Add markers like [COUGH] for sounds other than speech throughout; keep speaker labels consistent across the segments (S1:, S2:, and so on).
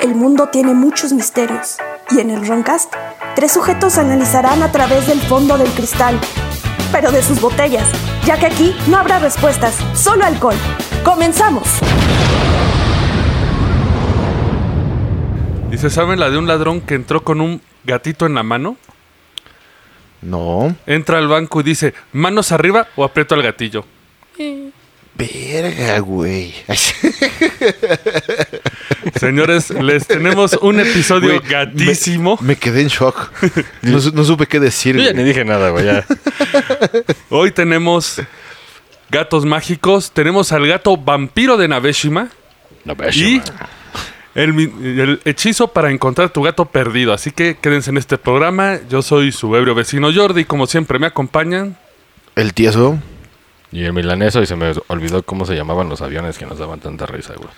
S1: El mundo tiene muchos misterios y en el Roncast, tres sujetos analizarán a través del fondo del cristal, pero de sus botellas, ya que aquí no habrá respuestas, solo alcohol. ¡Comenzamos!
S2: ¿Y se sabe la de un ladrón que entró con un gatito en la mano?
S3: No.
S2: Entra al banco y dice, manos arriba o aprieto al gatillo.
S3: Verga, güey.
S2: Señores, les tenemos un episodio
S3: Güey,
S2: gatísimo.
S3: [LAUGHS] Me quedé en shock. No, su- no supe qué decir.
S4: Yo ya ni
S3: güey.
S4: dije nada, güey. ya.
S2: Hoy tenemos gatos mágicos, tenemos al gato vampiro de Nabeshima
S4: No, pero
S2: y
S4: sí, man.
S2: el, mi- el hechizo para encontrar tu gato perdido. Así que quédense en este programa. Yo soy su ebrio vecino Jordi, como siempre me acompañan.
S3: El tieso.
S4: [LAUGHS] Y el milaneso, y se me olvidó cómo se llamaban los aviones que nos daban tanta risa, güey.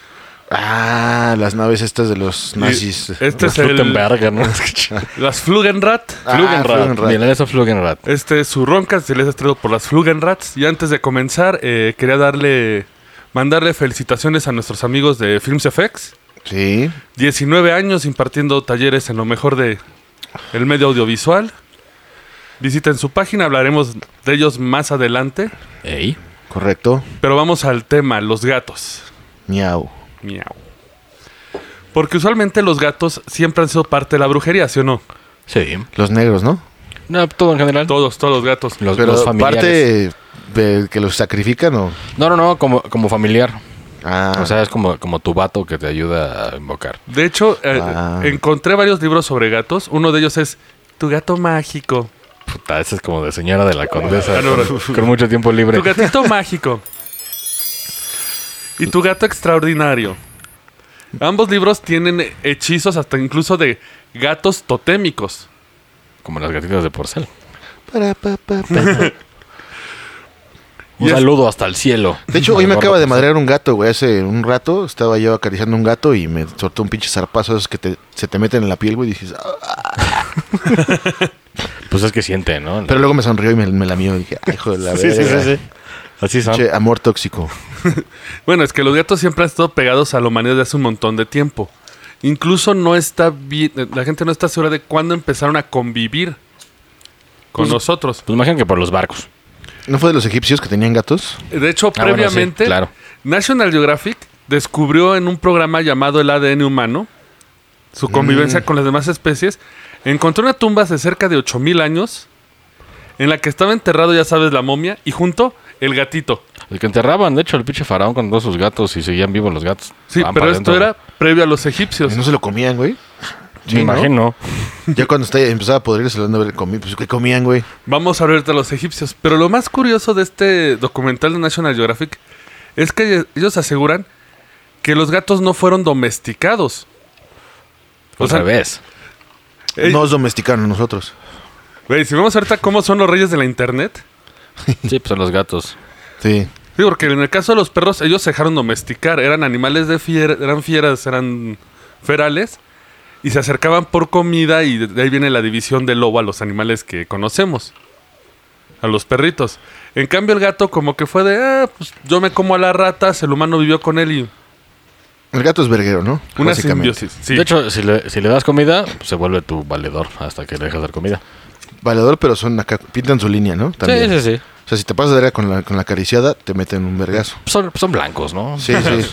S3: Ah, las naves estas de los nazis.
S2: Y Este
S4: Los
S2: es el, [LAUGHS]
S4: Gutenberg, ¿no? [LAUGHS]
S2: las Flugenrat.
S3: Ah,
S4: Flugenrat.
S3: Flugenrat.
S4: Milaneso Flugenrat.
S2: Este es su Roncast, se les ha traído por las Flugenrats. Y antes de comenzar, eh, quería darle, mandarle felicitaciones a nuestros amigos de Films FX.
S3: Sí.
S2: 19 años impartiendo talleres en lo mejor de el medio audiovisual. Visiten su página, hablaremos de ellos más adelante.
S4: Ey.
S3: Correcto.
S2: Pero vamos al tema, los gatos.
S3: Miau.
S2: Miau. Porque usualmente los gatos siempre han sido parte de la brujería, ¿sí o no?
S4: Sí.
S3: Los negros, ¿no?
S4: No, todo en general.
S2: Todos, todos los gatos.
S4: Los,
S3: Pero
S4: los familiares.
S3: parte de que los sacrifican o.
S4: No, no, no, como, como familiar.
S3: Ah,
S4: O sea, es como, como tu vato que te ayuda a invocar.
S2: De hecho, eh,
S3: Ah.
S2: encontré varios libros sobre gatos. Uno de ellos es Tu gato mágico.
S4: Puta, esa es como de señora de la condesa.
S2: Ah, no,
S4: con, con mucho tiempo libre.
S2: Tu gatito mágico. Y tu gato extraordinario. Ambos libros tienen hechizos hasta incluso de gatos totémicos.
S4: Como las gatitas de porcel.
S3: para, pa, pa,
S4: [LAUGHS]
S3: pa.
S2: Y
S4: Un
S2: es-
S4: saludo hasta el cielo.
S3: De hecho,
S4: [LAUGHS]
S3: hoy me
S4: Eduardo
S3: acaba de
S4: Porcel.
S3: madrear un gato, güey. Hace un rato estaba yo acariciando un gato y me soltó un pinche zarpazo esos que te- se te meten en la piel, güey. Y dices, "Ah".
S4: Pues es que siente, ¿no?
S3: Pero luego me sonrió y me, me lamió. Y dije, "Ay, hijo de la
S4: [LAUGHS] sí, sí,
S3: verga".
S4: sí, sí. Así son.
S3: Pinche amor tóxico.
S2: Bueno, es que los gatos siempre han estado pegados a la humanidad desde hace un montón de tiempo. Incluso no está bien, la gente no está segura de cuándo empezaron a convivir con
S4: Pues-
S2: nosotros.
S4: Pues imagino que por los barcos.
S3: ¿No fue de los egipcios que tenían gatos?
S2: De hecho,
S4: Ah, bueno, sí,
S2: previamente,
S4: claro.
S2: National Geographic descubrió en un programa llamado El ADN humano su convivencia con las demás especies. Encontró una tumba hace cerca de 8000 años en la que estaba enterrado, ya sabes, la momia y junto el gatito.
S4: El que enterraban, de hecho, el pinche faraón con todos sus gatos y seguían vivos los gatos.
S2: Sí,
S4: Van
S2: pero
S4: para
S2: esto
S4: adentro.
S2: era previo a los egipcios.
S3: No se lo comían, güey.
S4: Me
S3: Sí, ¿no?
S4: imagino.
S3: Ya cuando está- empezaba a podrirse, lo han de haber comido. Pues, ¿qué comían, güey?
S2: Vamos a hablar de los egipcios. Pero lo más curioso de este documental de National Geographic es que ellos aseguran que los gatos no fueron domesticados. O sea,
S4: Otra
S2: [LAUGHS]
S4: vez.
S2: Ey.
S3: Nos domesticaron a nosotros.
S2: Güey, si vemos ahorita cómo son los reyes de la internet.
S4: Sí, pues son los gatos.
S3: Sí.
S2: Sí, porque en el caso de los perros, ellos se dejaron domesticar. Eran animales de fiera, eran fieras, eran ferales. Y se acercaban por comida y de ahí viene la división del lobo a los animales que conocemos. A los perritos. En cambio el gato como que fue de, ah, pues yo me como a las ratas, el humano vivió con él y
S3: El gato es verguero, ¿no?
S2: una
S3: Básicamente.
S2: simbiosis. Sí.
S4: De hecho, si le, si le das comida, pues, se vuelve tu valedor hasta que le dejas dar comida.
S3: Valedor, pero son acá. Pintan su línea, ¿no? También.
S4: Sí, sí, sí.
S3: O sea, si te pasas de verga con la, con la acariciada, te meten un vergazo.
S4: Pues Son, son blancos, ¿no?
S2: Ah,
S3: Sí,
S4: [LAUGHS]
S3: sí.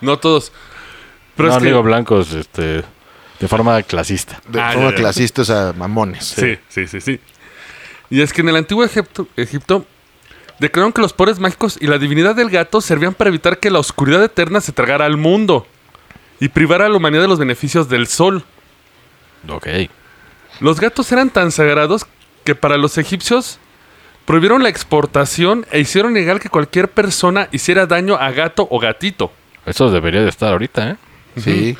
S2: no todos. Pero
S4: no
S2: es que-
S4: digo blancos, este, de forma clasista.
S3: De
S2: Ah,
S3: forma
S2: ya, ya.
S3: clasista, o sea, mamones.
S2: Sí, sí, sí, sí. Y es que en el antiguo Egipto, Egipto declararon que los poderes mágicos y la divinidad del gato servían para evitar que la oscuridad eterna se tragara al mundo y privara a la humanidad de los beneficios del sol.
S4: Ok.
S2: Los gatos eran tan sagrados que para los egipcios prohibieron la exportación e hicieron legal que cualquier persona hiciera daño a gato o gatito.
S4: Eso debería de estar ahorita, ¿eh?
S3: Sí.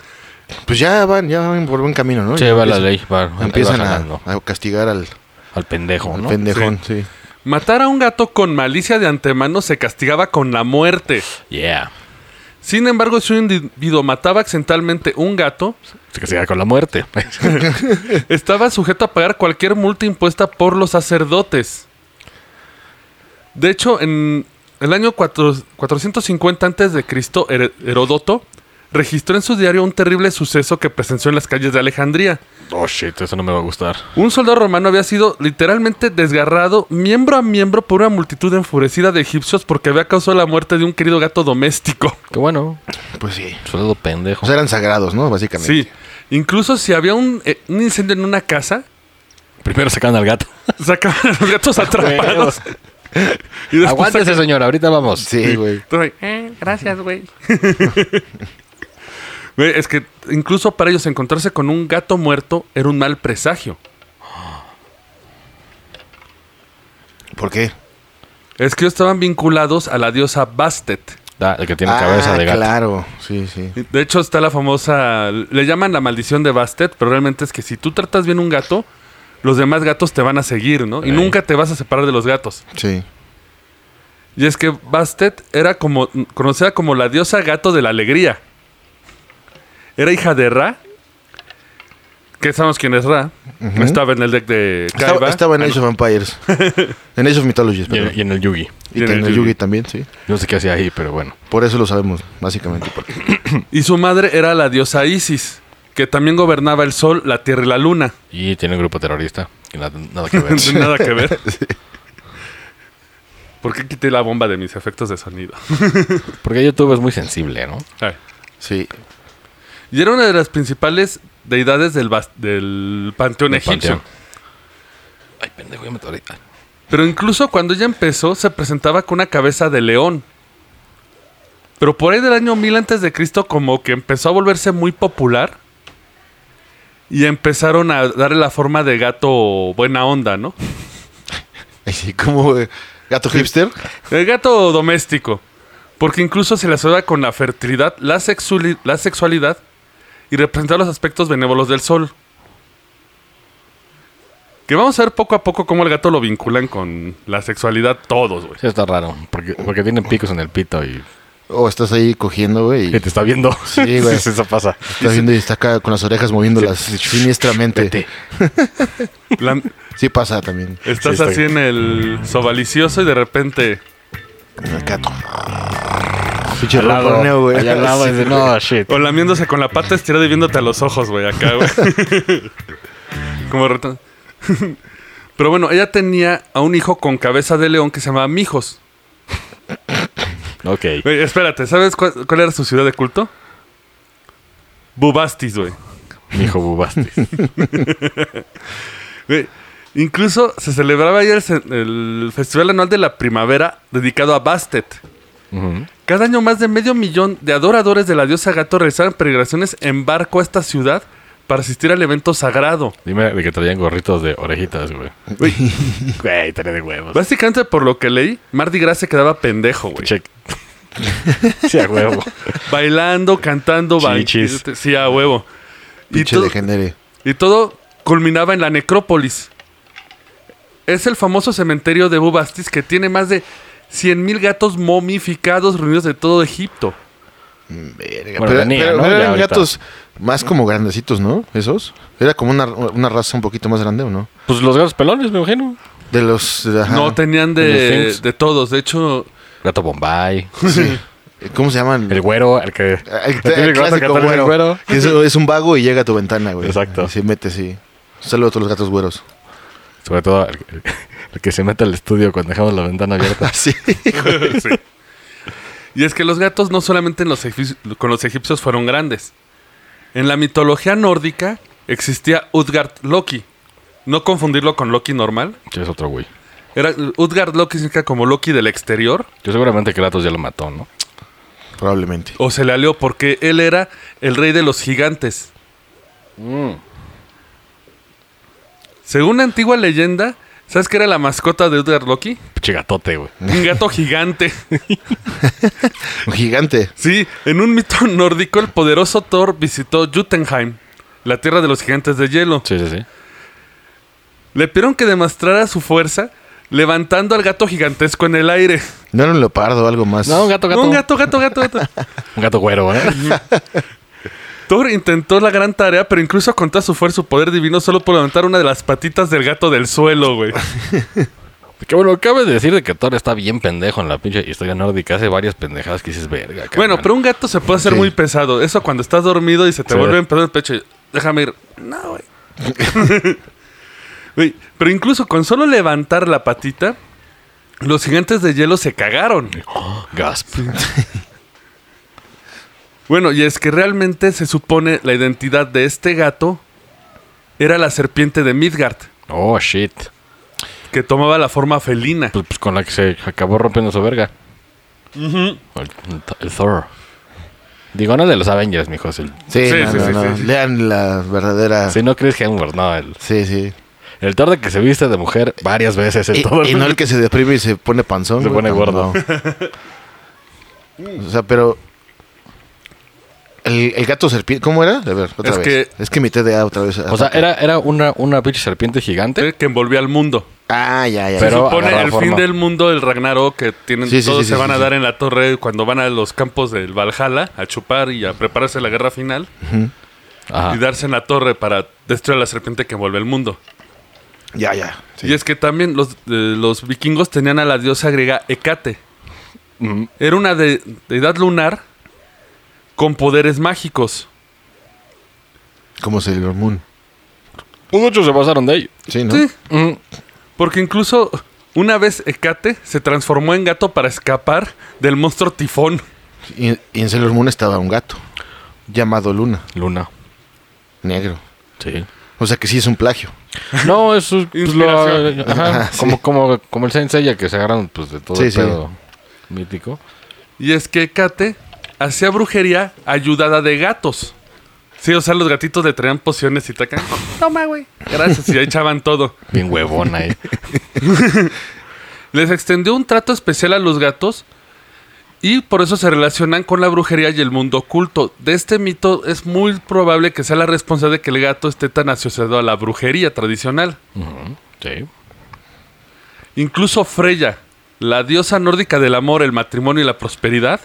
S3: Pues ya van, ya van por buen camino, ¿no?
S4: Sí,
S3: Ya
S4: va la
S3: empiezan-
S4: ley. Va, ahí va
S3: Empiezan
S4: jalando.
S3: a, a castigar al,
S4: Al pendejo,
S3: al
S4: ¿no?
S3: pendejón, sí.
S2: Matar a un gato con malicia de antemano se castigaba con la muerte.
S4: yeah.
S2: Sin embargo, si un individuo mataba accidentalmente un gato,
S4: Se castiga con la muerte. [LAUGHS]
S2: Estaba sujeto a pagar cualquier multa impuesta por los sacerdotes. De hecho, en el año cuatro- 450 antes de Cristo, Her- Heródoto registró en su diario un terrible suceso que presenció en las calles de Alejandría.
S4: Oh, shit, eso no me va a gustar.
S2: Un soldado romano había sido literalmente desgarrado miembro a miembro por una multitud enfurecida de egipcios porque había causado la muerte de un querido gato doméstico.
S4: Qué bueno.
S3: Pues sí.
S4: Sueldo
S3: O
S4: pendejo.
S3: sea, eran sagrados, ¿no? Básicamente.
S2: Sí, incluso si había un, eh, un incendio en una casa,
S4: Primero sacan al gato. [LAUGHS]
S2: sacaban a los gatos atrapados. [LAUGHS] y después
S4: Aguántese, señor. Ahorita vamos.
S3: Sí, güey.
S2: Entonces,
S5: Eh, gracias, güey.
S2: [LAUGHS] Güey, Es que incluso para ellos encontrarse con un gato muerto era un mal presagio.
S3: ¿Por qué?
S2: Es que ellos estaban vinculados a la diosa Bastet.
S4: Da, el que tiene
S3: Ah,
S4: cabeza de gato.
S3: Claro, sí, sí.
S2: De hecho está la famosa, le llaman la maldición de Bastet, pero realmente es que si tú tratas bien un gato, los demás gatos te van a seguir, ¿no? Y
S4: Ey.
S2: nunca te vas a separar de los gatos.
S3: Sí.
S2: Y es que Bastet era como conocida como la diosa gato de la alegría. Era hija de Ra. Que sabemos quién es Ra. Estaba en el deck de Kaiba.
S3: Estaba, estaba en Age of [LAUGHS] Empires. en Age of Mythology,
S4: Y
S3: perdón.
S4: en, y en el Yugi.
S3: Y,
S2: y en
S3: en
S2: el
S3: el
S2: Yugi.
S3: Yugi también, sí.
S4: No sé qué hacía ahí, pero bueno.
S3: Por eso lo sabemos, básicamente. Porque...
S2: Y su madre era la diosa Isis, que también gobernaba el sol, la tierra y la luna. [LAUGHS]
S4: Y tiene un grupo terrorista. Que nada, nada
S3: [LAUGHS]
S4: que ver.
S2: Nada que ver. ¿Por qué quité la bomba de mis efectos de
S3: [LAUGHS]
S2: sonido?
S4: Porque YouTube es muy sensible, ¿no?
S2: Ay.
S3: Sí. [LAUGHS]
S2: Y era una de las principales deidades del, bas- del panteón
S4: Del
S2: egipcio.
S4: panteón. Ay, pendejo, ya me atoré. Ay.
S2: Pero incluso cuando ella empezó, se presentaba con una cabeza de león. Pero por ahí del año 1000 antes de Cristo, como que empezó a volverse muy popular. Y empezaron a darle la forma de gato buena onda, ¿no?
S3: Así como eh, gato hipster.
S2: El gato doméstico. Porque incluso se le asocia con la fertilidad, la, sexuali- la sexualidad y representar los aspectos benévolos del sol. Que vamos a ver poco a poco cómo el gato lo vinculan con la sexualidad todos, güey.
S4: Sí, está raro. Porque, porque tienen picos en el pito y,
S3: O estás ahí cogiendo, güey. y
S4: y te está viendo.
S3: Sí,
S4: [LAUGHS]
S3: güey.
S4: eso pasa.
S3: Estás viendo y está acá con las orejas moviéndolas siniestramente.
S4: Vete.
S2: La-
S3: Sí pasa también.
S2: estás
S4: Sí, estoy-
S2: así en el sobalicioso y de repente...
S3: El gato. Pinche
S4: Al lado,
S3: ronroneo, güey.
S4: allá al lado,
S3: Sí,
S4: dice,
S3: güey.
S4: no, shit.
S2: O lamiéndose con la pata estirada y viéndote a los ojos, güey, acá, güey. [LAUGHS] Como reta- [LAUGHS] Pero bueno, ella tenía a un hijo con cabeza de león que se llamaba Mijos.
S4: Ok.
S2: Güey, espérate, ¿sabes cuál, cuál era su ciudad de culto? Bubastis, güey.
S4: Mi
S3: [LAUGHS]
S4: hijo Bubastis.
S2: Güey, Incluso se celebraba ayer el, ce- el Festival Anual de la Primavera dedicado a Bastet.
S4: Ujú.
S2: Cada año más de medio millón de adoradores de la diosa gato realizaban peregrinaciones en barco a esta ciudad para asistir al evento sagrado.
S4: Dime de que traían gorritos de orejitas, güey. Güey, trae de huevos.
S2: Básicamente por lo que leí, Mardi Gras se quedaba pendejo, güey.
S4: [LAUGHS] Check. sí, a huevo.
S2: Bailando, cantando,
S4: Chichis.
S2: bailando. Sí, a huevo. Y
S3: Pinche
S2: todo-
S3: degenere.
S2: Y todo culminaba en la necrópolis. Es el famoso cementerio de Bubastis que tiene más de 100.000 gatos momificados reunidos de todo Egipto.
S3: Verga.
S4: Bueno,
S3: pero
S4: tenía,
S3: pero
S4: ¿no? Ya
S3: eran
S4: ahorita.
S3: gatos más como grandecitos, ¿no? ¿Esos? Era como una, una raza un poquito más grande, ¿o no?
S4: Pues los gatos pelones, me imagino.
S3: De los... ajá.
S2: No tenían
S4: ¿Y los
S2: de,
S4: Sphinx?
S2: de todos. De hecho,
S4: Gato Bombay.
S3: Sí. ¿Cómo se llaman?
S4: El güero, el que.
S3: El,
S4: el típico
S3: el
S4: gato que
S3: clásico
S4: trae el
S3: güero.
S4: güero.
S3: Que es, es un vago y llega a tu ventana, güey.
S4: Exacto.
S3: Y se mete, sí. Saludos a todos los gatos güeros.
S4: Sobre todo el, el- el que se mete al estudio cuando dejamos la ventana [LAUGHS] abierta.
S3: Sí.
S2: Sí. Y es que los gatos no solamente en los egip- con los egipcios fueron grandes. En la mitología nórdica existía Utgard Loki. No confundirlo con Loki normal.
S4: Sí, es otro güey.
S2: Era, Utgard Loki significa como Loki del exterior.
S4: Yo seguramente que Kratos ya lo mató, ¿no?
S3: Probablemente.
S2: O se le alió porque él era el rey de los gigantes. Según una antigua leyenda, ¿sabes qué era la mascota de Utgard Loki?
S4: Pinche gatote, güey.
S2: Un gato gigante.
S3: Un gigante.
S2: Sí, en un mito nórdico, el poderoso Thor visitó Jotunheim, la tierra de los gigantes de hielo.
S4: Sí, sí, sí.
S2: Le pidieron que demostrara su fuerza levantando al gato gigantesco en el aire.
S3: No era un leopardo o algo más.
S4: No, un gato, gato.
S2: Un gato, gato, gato,
S4: [LAUGHS]
S2: gato.
S4: Un gato güero, [LAUGHS] ¿eh?
S2: Thor intentó la gran tarea, pero incluso
S4: [LAUGHS]
S2: con toda su fuerza, su poder divino, solo por levantar una de las patitas del gato del suelo, güey.
S4: Que bueno, cabe decir de que Thor está bien pendejo en la pinche historia nórdica. Hace varias pendejadas que dices, verga. carnal".
S2: Bueno, pero un gato se puede hacer
S3: Sí.
S2: muy pesado. Eso cuando estás dormido y se te
S4: Sí.
S2: vuelve pesado el pecho. y, Déjame ir. No, güey. Güey, pero incluso con solo levantar la patita, los gigantes de hielo se cagaron.
S4: [GASPS] Gasp.
S2: Bueno, y es que realmente se supone la identidad de este gato era la serpiente de Midgard,
S4: Oh, shit.
S2: que tomaba la forma felina.
S4: Pues, pues con la que se acabó rompiendo su verga. El- el, el Thor. Digo, no el de los Avengers, mijos. el-
S3: Sí,
S2: Sí,
S3: no,
S2: sí,
S3: no,
S2: sí,
S3: no.
S2: sí, sí.
S3: Lean la verdadera.
S4: Si no crees Hemsworth, no. El,
S3: Sí, sí.
S4: el Thor de que se viste de mujer varias veces. El
S3: Y,
S4: Thor.
S3: y no el que se deprime y se pone panzón.
S4: Se
S3: güey,
S4: pone gordo.
S3: no. [LAUGHS] O sea, pero. El, el gato serpiente. ¿Cómo era? A ver, otra
S2: Es
S3: vez.
S2: que-
S3: Es que mi TDA otra vez.
S4: O sea, era, era una, una pinche serpiente gigante.
S2: eh, Que envolvía al mundo.
S3: Ah, ya, ya.
S2: Se
S4: Pero
S2: supone
S4: agarraba
S2: el
S4: forma.
S2: fin del mundo, el Ragnarok, que tienen,
S3: Sí, sí,
S2: todos
S3: sí,
S2: se
S3: sí,
S2: van
S3: sí,
S2: a
S3: sí.
S2: dar en la torre cuando van a los campos del Valhalla a chupar y a prepararse la guerra final
S4: Ajá.
S2: y darse en la torre para destruir a la serpiente que envuelve el mundo.
S3: Ya, ya. sí.
S2: Y es que también los, eh, los vikingos tenían a la diosa griega Hecate.
S3: Mm.
S4: Ujú.
S2: Era una de- deidad lunar con poderes mágicos.
S3: Como Sailor Moon.
S4: Muchos se pasaron de ahí.
S3: Sí, ¿no?
S2: Sí,
S4: Ujú.
S2: porque incluso una vez Hecate se transformó en gato para escapar del monstruo tifón.
S3: Y, y en Sailor Moon estaba un gato. Llamado Luna.
S4: Luna.
S3: Negro.
S4: Sí.
S3: O sea que sí es un plagio.
S4: No, eso es pues, lo-
S2: Inspiración.
S4: ajá,
S3: Ajá, sí.
S4: como, como, como el Saint Seiya que se agarran pues, de todo
S3: Sí,
S4: el
S3: sí.
S4: pedo mítico.
S2: Y es que Kate hacía brujería ayudada de gatos. Sí, o sea, los gatitos le traían pociones y
S3: [LAUGHS]
S2: tacan. Toma, güey. Gracias, y ahí echaban todo.
S4: Bien huevona ahí.
S2: Les extendió un trato especial a los gatos y por eso se relacionan con la brujería y el mundo oculto. De este mito es muy probable que sea la responsable de que el gato esté tan asociado a la brujería tradicional.
S4: Ujú, Sí.
S2: Incluso Freya, la diosa nórdica del amor, el matrimonio y la prosperidad.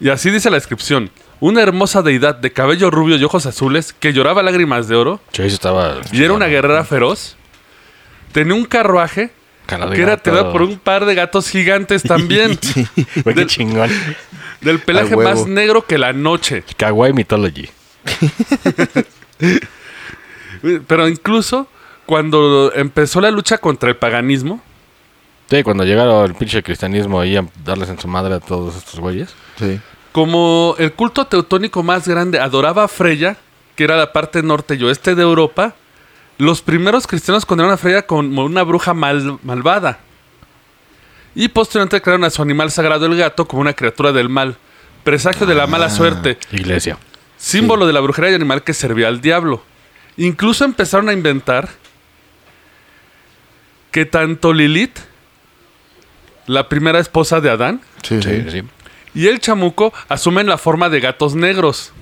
S2: Y así dice la descripción. Una hermosa deidad de cabello rubio y ojos azules que lloraba lágrimas de oro
S4: Sí, eso estaba.
S2: y era una guerrera feroz. Tenía un carruaje
S4: Cara de
S2: que era
S4: gato.
S2: tirado por un par de gatos gigantes también.
S4: [LAUGHS] Güey, qué
S2: del-
S4: chingón.
S2: Del pelaje
S3: Al huevo.
S2: más negro que la noche.
S4: Kawaii Mythology.
S2: Pero incluso cuando empezó la lucha contra el paganismo,
S4: Sí, cuando llegaron el pinche cristianismo ahí a darles en su madre a todos estos güeyes.
S3: Sí.
S2: Como el culto teutónico más grande adoraba a Freya, que era la parte norte y oeste de Europa, los primeros cristianos condenaron a Freya como una bruja mal- malvada. Y posteriormente declararon a su animal sagrado el gato como una criatura del mal, presagio de la mala suerte,
S4: Iglesia.
S2: símbolo de la brujería y animal que servía al diablo. Incluso empezaron a inventar que tanto Lilith, la primera esposa de Adán,
S3: Sí, sí.
S4: Sí, sí.
S2: y el chamuco asumen la forma de gatos negros.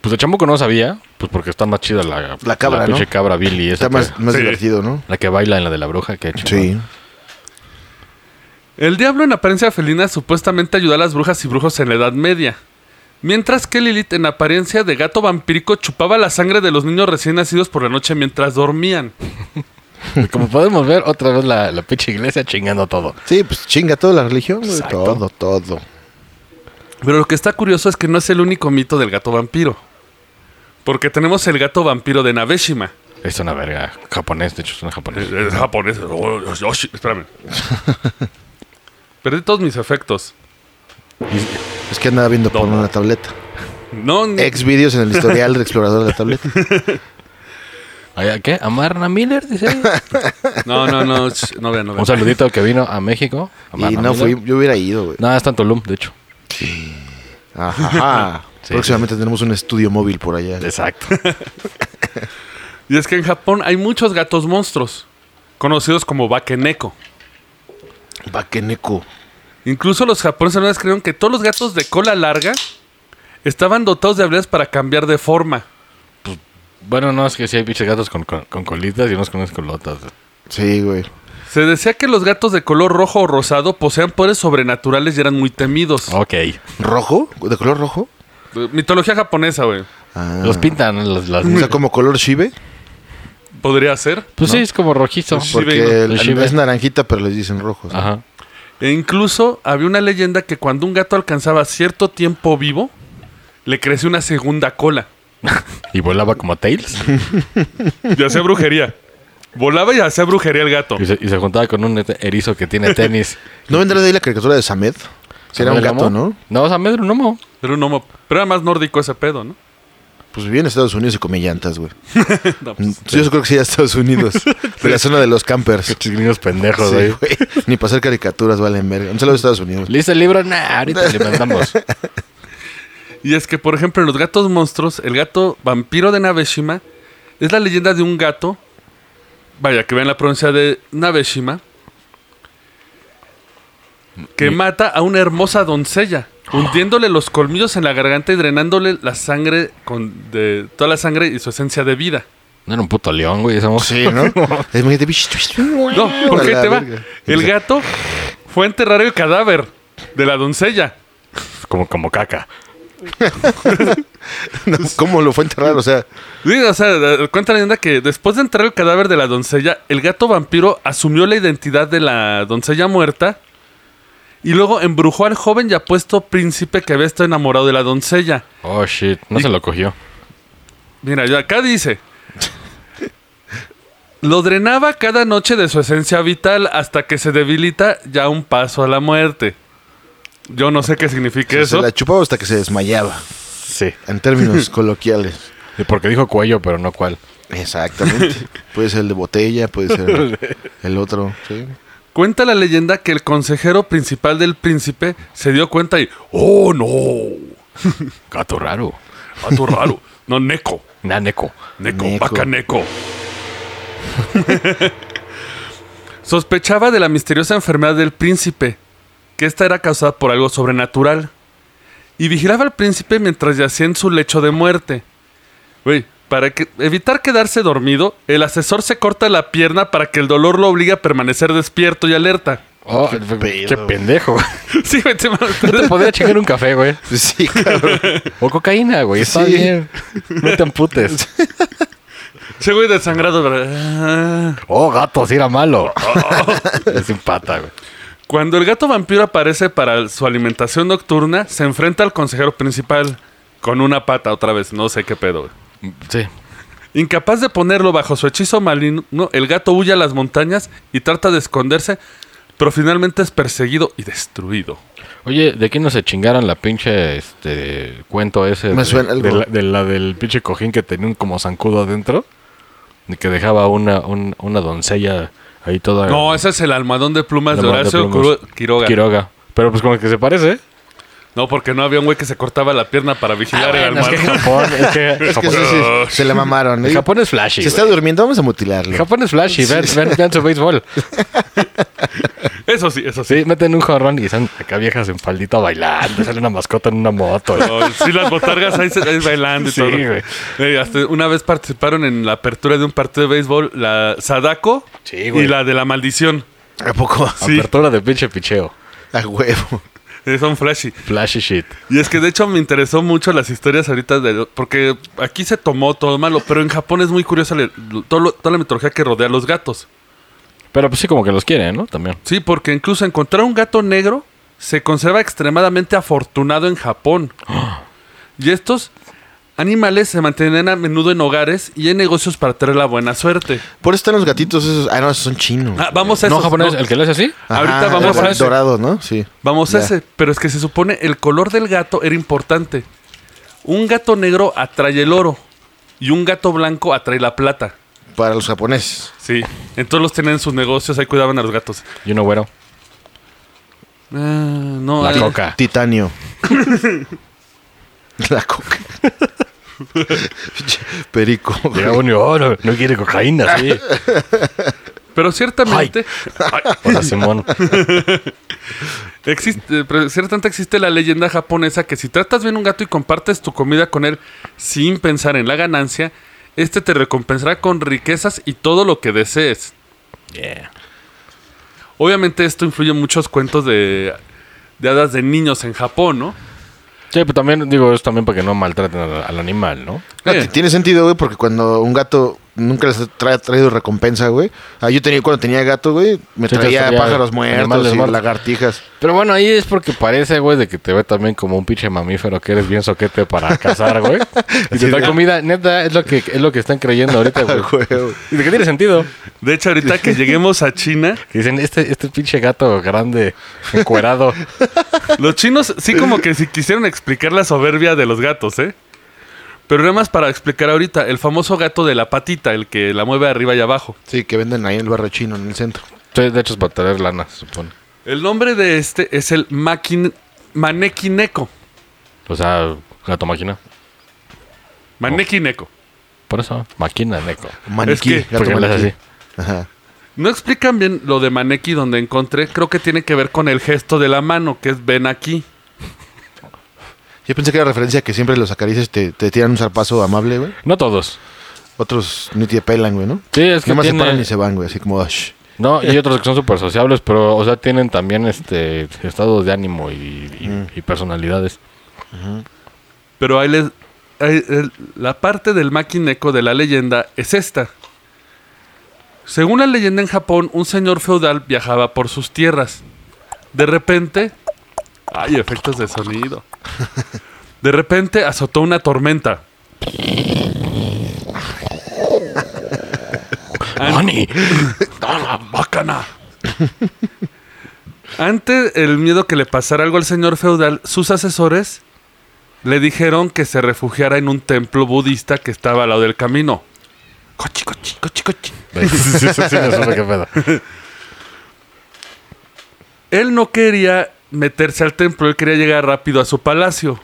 S4: Pues el chamuco no sabía, pues porque está más chida la,
S3: La cabra,
S4: la pinche
S3: ¿no?
S4: cabra Billy. Esa
S3: Está más,
S4: que-
S3: más
S2: Sí.
S3: divertido, ¿no?
S4: la que baila en la de la bruja. Que
S3: Sí.
S2: El diablo en apariencia felina supuestamente ayudó a las brujas y brujos en la Edad Media. Mientras que Lilith en apariencia de gato vampírico chupaba la sangre de los niños recién nacidos por la noche mientras dormían.
S4: [LAUGHS] Como podemos ver, otra vez la, la pinche iglesia chingando todo.
S3: Sí, pues chinga toda la religión. güey,
S4: Exacto.
S3: Todo, todo.
S2: Pero lo que está curioso es que no es el único mito del gato vampiro. Porque tenemos el gato vampiro de Nabeshima.
S4: Es una verga. Japonés, de hecho, es una japonés.
S2: Es- es japonés. Oh, Yoshi, espérame. Perdí todos mis efectos.
S3: Es que andaba viendo por
S2: Todo.
S3: una tableta.
S2: No, ni-
S3: Ex vídeos en el historial del explorador de la tableta.
S4: Ay, ¿Qué? ¿A Marna Miller?
S3: [LAUGHS]
S4: Dice.
S2: no, no, no, sh- no vean, no vean.
S4: Un saludito que vino a México. a
S3: y [LAUGHS]
S4: Marna
S3: no
S4: Miller.
S3: fui, yo hubiera ido, güey.
S4: No, está en Tulum, de hecho.
S3: [LAUGHS] Ajá.
S4: Sí,
S3: Próximamente tenemos un estudio móvil por allá.
S4: Exacto.
S2: Y es que en Japón hay muchos gatos monstruos, conocidos como Bakeneko.
S3: Bakeneco.
S2: Incluso los japoneses alguna vez creyeron que todos los gatos de cola larga estaban dotados de habilidades para cambiar de forma.
S4: bueno, no, es que sí hay pinches gatos con, con- con colitas y unos con unas colotas.
S3: Sí, güey.
S2: Se decía que los gatos de color rojo o rosado poseían poderes sobrenaturales y eran muy temidos.
S4: Ok.
S3: ¿Rojo? ¿De color rojo?
S2: Eh, Mitología japonesa, güey.
S3: Ah.
S4: Los pintan las... las
S3: O sea, como color shibe.
S2: Podría ser.
S4: Pues sí, es como rojizo.
S2: Sí,
S3: Porque
S2: vengo.
S3: el-
S4: El Shiba.
S3: es naranjita, pero les dicen rojos.
S4: Ajá.
S2: E incluso había una leyenda que cuando un gato alcanzaba cierto tiempo vivo, le crece una segunda cola.
S4: Y volaba como Tails.
S3: [LAUGHS]
S2: Y hacía brujería. Volaba y hacía brujería el gato.
S4: Y se, y se juntaba con un erizo que tiene
S3: [LAUGHS]
S4: tenis.
S3: ¿No vendrá de ahí la caricatura de Samed? Que era un
S4: ¿Samed el
S3: gato,
S4: Homo?
S3: ¿no?
S4: No, Samed era un homo.
S2: Era un homo. Pero era más nórdico ese pedo, ¿no?
S3: Pues vivía en Estados Unidos y comía llantas, güey.
S2: [LAUGHS] No, pues,
S3: Yo creo que sí, a
S2: [LAUGHS]
S3: Estados Unidos. De la zona de los campers.
S4: Estos gringos pendejos,
S3: Sí,
S4: güey.
S3: güey. Ni pasar caricaturas valen verga. Un saludo a Estados
S4: [LAUGHS]
S3: Unidos.
S4: ¿Listo el libro? Nah, ahorita
S3: [LAUGHS]
S4: le mandamos.
S2: Y es que, por ejemplo, en los gatos monstruos, el gato vampiro de Nabeshima es la leyenda de un gato. Vaya, que vean la provincia de Nabeshima. Que mata a una hermosa doncella, hundiéndole los colmillos en la garganta y drenándole la sangre con de toda la sangre y su esencia de vida.
S4: No era un puto león, güey. Somos...
S3: Sí, ¿no? Imagínate.
S2: No, ¿por qué
S3: A la
S2: te va?
S3: verga.
S2: El gato fue a enterrar el cadáver de la doncella.
S4: [LAUGHS] Como, como caca.
S3: No, [LAUGHS] ¿Cómo lo fue a enterrar? O sea,
S2: Sí, o sea, da- cuenta la leyenda que después de enterrar el cadáver de la doncella, el gato vampiro asumió la identidad de la doncella muerta y luego embrujó al joven y apuesto príncipe que había estado enamorado de la doncella.
S4: Oh, shit. No se lo cogió.
S2: Mira, yo acá dice. Lo drenaba cada noche de su esencia vital hasta que se debilita ya un paso a la muerte. Yo no sé qué significa
S3: se
S2: eso.
S3: la chupaba hasta que se desmayaba.
S4: Sí.
S3: En
S2: [LAUGHS]
S3: términos coloquiales.
S4: Porque dijo cuello, pero no cuál.
S3: Exactamente. Puede ser el de botella, puede
S2: [LAUGHS]
S3: ser el otro. ¿sí?
S2: Cuenta la leyenda que el consejero principal del príncipe se dio cuenta y ¡Oh, no!
S4: Gato raro.
S2: Gato raro. No, Neko.
S4: Naneco.
S2: Neko,
S3: Neko.
S2: vaca Neko. [LAUGHS] Sospechaba de la misteriosa enfermedad del príncipe, que esta era causada por algo sobrenatural. Y vigilaba al príncipe mientras yacía en su lecho de muerte. Güey, para que- evitar quedarse dormido, el asesor se corta la pierna para que el dolor lo obligue a permanecer despierto y alerta. [LAUGHS]
S4: Oh, qué,
S3: pedo.
S4: pendejo.
S2: Sí, güey, te-
S4: Te podría chingar un café, güey.
S3: Pues
S2: [LAUGHS]
S3: sí, cabrón.
S4: O cocaína, güey. Está
S3: Sí.
S4: bien. No te amputes.
S2: Che, güey, desangrado. ¿verdad?
S4: Oh, gato, sí era malo. [LAUGHS] Es un pata, güey.
S2: Cuando el gato vampiro aparece para su alimentación nocturna, se enfrenta al consejero principal con una pata otra vez. No sé qué pedo. güey.
S4: Sí.
S2: Incapaz de ponerlo bajo su hechizo maligno, el gato huye a las montañas y trata de esconderse, pero finalmente es perseguido y destruido.
S4: Oye, ¿de quién no se chingaron la pinche este cuento ese?
S3: Me
S4: de-
S3: suena algo.
S4: De la, de la del pinche cojín que tenía un como zancudo adentro. Y que dejaba una, un- una doncella ahí toda.
S2: No, ese es el almadón de plumas de
S4: nomás
S2: Horacio
S4: plumas.
S2: Quiroga. Quiroga.
S4: Quiroga. Pero pues como que se parece.
S2: No, porque no había un güey que se cortaba la pierna para vigilar el
S4: Ah, Bueno, es que
S2: almadón.
S4: Japón. [LAUGHS] Es que,
S3: Es que sí, sí, se la mamaron. ¿eh?
S4: el Japón es flashy.
S3: Se está
S4: güey.
S3: durmiendo, vamos a mutilarlo.
S4: Japón es flashy. Vean, vean- vean su [LAUGHS] béisbol.
S2: [LAUGHS] Eso sí, eso sí.
S4: Sí, meten un jorrón y están acá viejas en faldita bailando. Sale una mascota en una [LAUGHS] moto. güey.
S2: Oh, Sí, las botargas ahí, se- ahí bailando y
S4: Sí,
S2: todo.
S4: güey.
S2: Eh, hasta una vez participaron en la apertura de un partido de béisbol, la Sadako
S4: Sí, güey.
S2: y la de la maldición.
S3: ¿A poco?
S2: Sí.
S4: Apertura de pinche picheo.
S3: A huevo.
S2: Eh, son flashy.
S4: Flashy shit.
S2: Y es que de hecho me interesó mucho las historias ahorita de... Porque aquí se tomó todo malo, pero en Japón es muy curiosa la- todo lo- toda la mitología que rodea a los gatos.
S4: Pero pues sí, como que los quieren, ¿no? También.
S2: Sí, porque incluso encontrar un gato negro se conserva extremadamente afortunado en Japón. Y estos animales se mantienen a menudo en hogares y en negocios para tener la buena suerte.
S3: Por eso están los gatitos esos. Ah, no, esos son chinos.
S2: Ah, vamos a
S4: no,
S2: esos,
S4: japonés,
S2: no.
S4: el que le hace así.
S3: Ajá,
S2: ahorita vamos
S3: el
S2: a ese.
S3: dorado, ¿no? Sí.
S2: Vamos
S3: Ya.
S2: a ese. Pero es que se supone el color del gato era importante. Un gato negro atrae el oro y un gato blanco atrae la plata.
S3: Para los japoneses.
S2: Sí. Entonces los tenían en sus negocios, ahí cuidaban a los gatos.
S4: Y uno güero.
S2: Ah, no,
S4: La
S2: eh,
S4: coca. [LAUGHS]
S3: Titanio. La coca. [LAUGHS] Perico.
S4: Llega uno y, oh, no, no quiere cocaína, [LAUGHS] sí.
S2: Pero ciertamente. [LAUGHS]
S4: Hola, Simón.
S2: Existe, eh, pero ciertamente existe la leyenda japonesa que si tratas bien a un gato y compartes tu comida con él sin pensar en la ganancia, este te recompensará con riquezas y todo lo que desees.
S4: Yeah.
S2: Obviamente esto influye en muchos cuentos de, de hadas de niños en Japón, ¿no?
S4: Sí, pero también, digo, es también para que no maltraten al, al animal, ¿no?
S3: No,
S2: Eh,
S3: t- Tiene sentido, güey, porque cuando un gato nunca les ha tra- traído recompensa, güey. Ah, yo tenía, cuando tenía gato, güey, me
S4: Sí, te
S3: traía
S4: traía
S3: pájaros muertos
S4: animales
S3: y
S4: muertos.
S3: lagartijas. [LAUGHS]
S4: Pero bueno, ahí es porque parece, güey, de que te ve también como un pinche mamífero que eres bien soquete para cazar, [LAUGHS] güey. y
S3: Así
S4: te
S3: de-
S4: da comida, neta, es lo que, es lo que están creyendo ahorita, güey.
S3: Güey.
S4: [LAUGHS] ¿Y de qué tiene sentido?
S2: De hecho, ahorita que lleguemos a China,
S4: Que dicen, este, este pinche gato grande, encuerado.
S2: los chinos sí como que sí quisieron explicar la soberbia de los gatos, ¿eh? Pero nada más para explicar ahorita, el famoso gato de la patita, el que la mueve arriba y abajo.
S3: Sí, que venden ahí en el barrio chino, en el centro.
S4: Sí, de hecho, es para traer lana, se supone.
S2: El nombre de este es el maquin- manekineko.
S4: O sea, gato máquina.
S2: Manekineko.
S4: Por eso, máquina, neco.
S3: Maniquí,
S2: Es que-
S3: gato
S4: Porque le haces
S3: maniquí.
S4: así.
S3: Ajá.
S2: No explican bien lo de maneki donde encontré. Creo que tiene que ver con el gesto de la mano, que es ven aquí.
S3: Yo pensé que era referencia a que siempre los acaricias y te, te tiran un zarpazo amable, güey.
S4: No todos.
S3: Otros ni te pelan, güey, ¿no?
S4: Sí, es que
S3: Nada más
S4: tiene-
S3: se paran y se van, güey, así como... "Shh".
S4: No, y hay otros que son súper sociables, pero, o sea, tienen también este estados de ánimo y, y- y personalidades.
S2: Pero ahí les. ahí- el- la parte del maquineco de la leyenda es esta. Según la leyenda en Japón, un señor feudal viajaba por sus tierras. De repente. Ay, efectos de sonido. De repente azotó una tormenta.
S4: ¡Ani!
S2: ¡Dala, bacana! Ante el miedo que le pasara algo al señor feudal, sus asesores le dijeron que se refugiara en un templo budista que estaba al lado del camino. Cochi, cochi, cochi, cochi.
S4: [LAUGHS] sí, sí, sí, sí, me suena qué pedo.
S2: Él no quería meterse al templo, él quería llegar rápido a su palacio.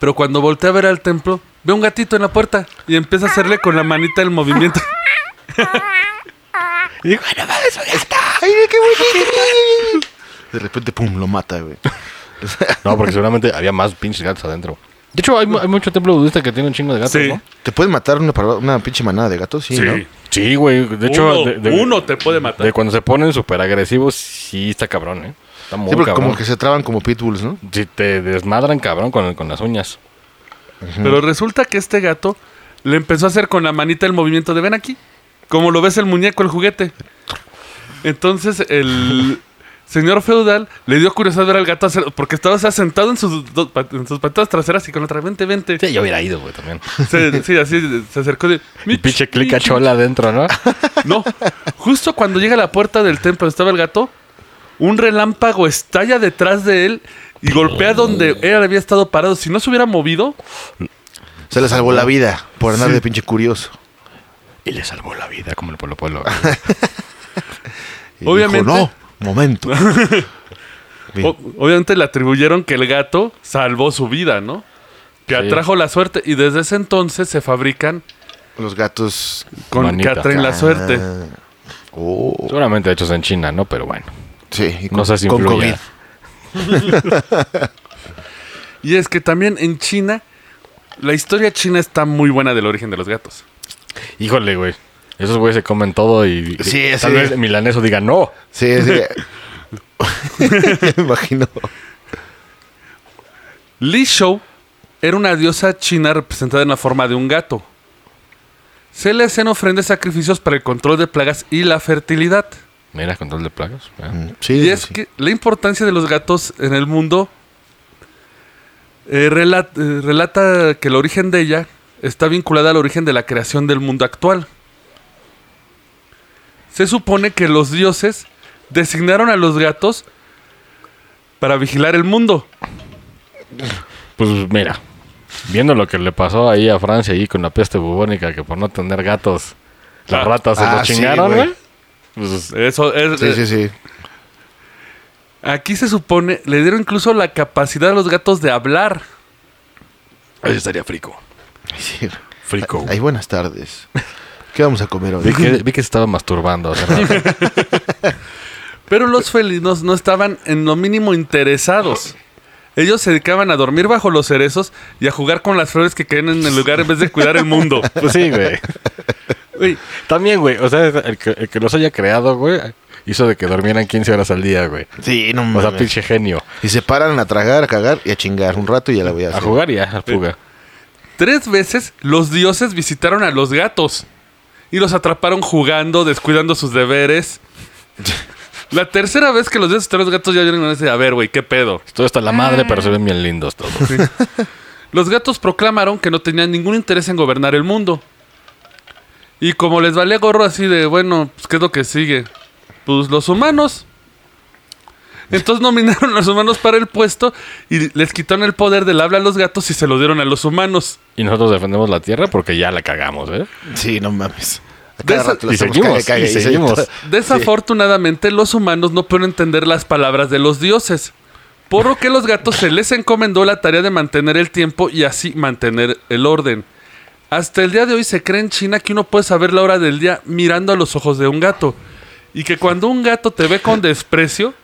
S2: Pero cuando voltea a ver al templo, ve un gatito en la puerta y empieza a hacerle con la manita el movimiento.
S3: ¡Ay, qué bonito! De repente, pum, lo mata, güey.
S4: No, porque seguramente había más pinches gatos adentro. De hecho, hay, mu- hay mucho templo budista que tiene un chingo de [LAUGHS] gatos,
S2: Sí.
S4: ¿no?
S3: ¿Te pueden matar una, parva- una pinche manada de gatos? Sí, ¿no?
S4: Sí, güey. De hecho,
S2: uno,
S4: de, de-
S2: uno te puede matar.
S4: de cuando se ponen súper agresivos, sí está cabrón, ¿eh? Está muy
S3: Sí, porque
S4: cabrón.
S3: como que se traban como pitbulls, ¿no?
S4: Si te desmadran, cabrón, con, con las uñas.
S2: Pero
S4: Mm.
S2: resulta que este gato le empezó a hacer con la manita el movimiento de ven aquí. Como lo ves el muñeco, el juguete. Entonces
S4: [LAUGHS]
S2: el señor feudal le dio curiosidad ver al gato hacer, porque estaba o sea, sentado en sus, dos pat- en sus patas traseras y con la otra, vente, vente.
S4: Sí, yo hubiera ido,
S2: [LAUGHS]
S4: güey, también.
S2: Se- sí, así se acercó de...
S4: Y
S2: "Mich,
S4: pinche clica
S2: mich".
S4: chola adentro,
S3: [LAUGHS]
S4: ¿no?
S2: No, justo cuando llega a la puerta del templo donde estaba el gato, un relámpago estalla detrás de él y golpea
S4: Oh.
S2: donde él había estado parado. Si no se hubiera movido,
S3: Se le salvó la vida por andar de pinche curioso.
S4: Y le salvó la vida, como el Polo Polo.
S3: Y
S2: Obviamente.
S3: dijo, no,
S4: [LAUGHS]
S3: momento. Bien.
S2: O- obviamente le atribuyeron que el gato salvó su vida, ¿no? Que
S4: Sí.
S2: atrajo la suerte y desde ese entonces se fabrican
S3: Los gatos...
S2: con
S4: Manita.
S2: que atraen la suerte.
S3: Ah, Oh,
S4: Seguramente hechos en China, ¿no? Pero bueno.
S3: sí. y
S4: No sé si influya.
S2: Y es que también en China, la historia china está muy buena del origen de los gatos.
S4: Híjole, güey. Esos güeyes se comen todo y, y
S3: Sí,
S4: tal
S3: sí.
S4: vez el milaneso diga no.
S3: Sí, sí. Ya
S4: [LAUGHS]
S3: me [LAUGHS] imagino.
S2: Li Shou era una diosa china representada en la forma de un gato. Se le hacían ofrendas y sacrificios para el control de plagas y la fertilidad.
S4: Mira, control de plagas. ¿eh?
S3: Sí,
S2: Y
S3: sí,
S2: es
S3: sí.
S2: que la importancia de los gatos en el mundo eh, rela- eh, relata que el origen de ella está vinculada al origen de la creación del mundo actual. Se supone que los dioses designaron a los gatos para vigilar el mundo.
S4: Pues mira, viendo lo que le pasó ahí a Francia ahí con la peste bubónica, que por no tener gatos, las
S2: Ah,
S4: ratas se
S3: ah,
S4: lo
S3: sí,
S4: chingaron,
S3: güey.
S4: güey. Pues,
S2: Eso es, eh,
S3: Sí, sí, sí.
S2: Aquí se supone, le dieron incluso la capacidad a los gatos de hablar.
S4: ahí estaría frico.
S3: Sí.
S4: Frico. güey.
S3: Ay, buenas tardes. ¿Qué vamos a comer hoy?
S4: Vi que, vi que se estaba masturbando. hace rato.
S2: Pero los felinos no estaban en lo mínimo interesados. Ellos se dedicaban a dormir bajo los cerezos y a jugar con las flores que caen en el lugar en vez de cuidar el mundo.
S4: pues sí, [LAUGHS] güey.
S2: Uy,
S4: También, güey. O sea, el que, el que los haya creado, güey, hizo de que durmieran 15 horas al día, güey.
S3: Sí, no
S4: O sea,
S3: mames.
S4: pinche genio.
S3: Y se paran a tragar, a cagar y a chingar un rato y ya la voy a
S4: A
S3: hacer.
S4: jugar y a a fuga.
S2: tres veces los dioses visitaron a los gatos. y los atraparon jugando, descuidando sus deberes. La tercera vez que los de esos tres gatos ya vieron van a decir, a ver, güey, ¿qué pedo?
S4: Todo está la madre, pero se ven bien lindos todos.
S2: Los gatos proclamaron que no tenían ningún interés en gobernar el mundo. Y como les valía gorro así de, bueno, pues, ¿qué es lo que sigue? Pues los humanos. Entonces [LAUGHS] nominaron a los humanos para el puesto y les quitaron el poder del habla a los gatos y se lo dieron a los humanos.
S4: Y nosotros defendemos la tierra porque ya la cagamos, ¿eh?
S3: Sí, no mames. A
S2: De
S3: cada
S2: esa-
S3: rato lo
S4: y
S3: hacemos
S4: seguimos,
S3: cague, cague,
S4: y seguimos.
S2: Desafortunadamente, los humanos no pueden entender las palabras de los dioses. Por lo que los gatos se les encomendó la tarea de mantener el tiempo y así mantener el orden. Hasta el día de hoy se cree en China que uno puede saber la hora del día mirando a los ojos de un gato. Y que cuando un gato te ve con desprecio,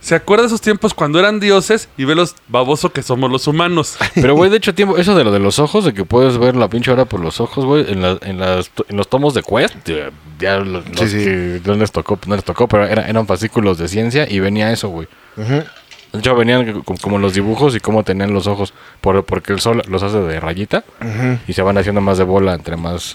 S2: se acuerda de esos tiempos cuando eran dioses y ve los baboso que somos los humanos.
S4: Pero, güey, de hecho, tiempo, eso de lo de los ojos, de que puedes ver la pinche hora por los ojos, güey, en, la- en, las- en los tomos de Quest, ya- ya los, los
S3: Sí, sí.
S4: que no les tocó, pues, no les tocó, pero era- eran fascículos de ciencia y venía eso, güey. De hecho, venían co- como los dibujos y cómo tenían los ojos, por, porque el sol los hace de rayita y se van haciendo más de bola entre más...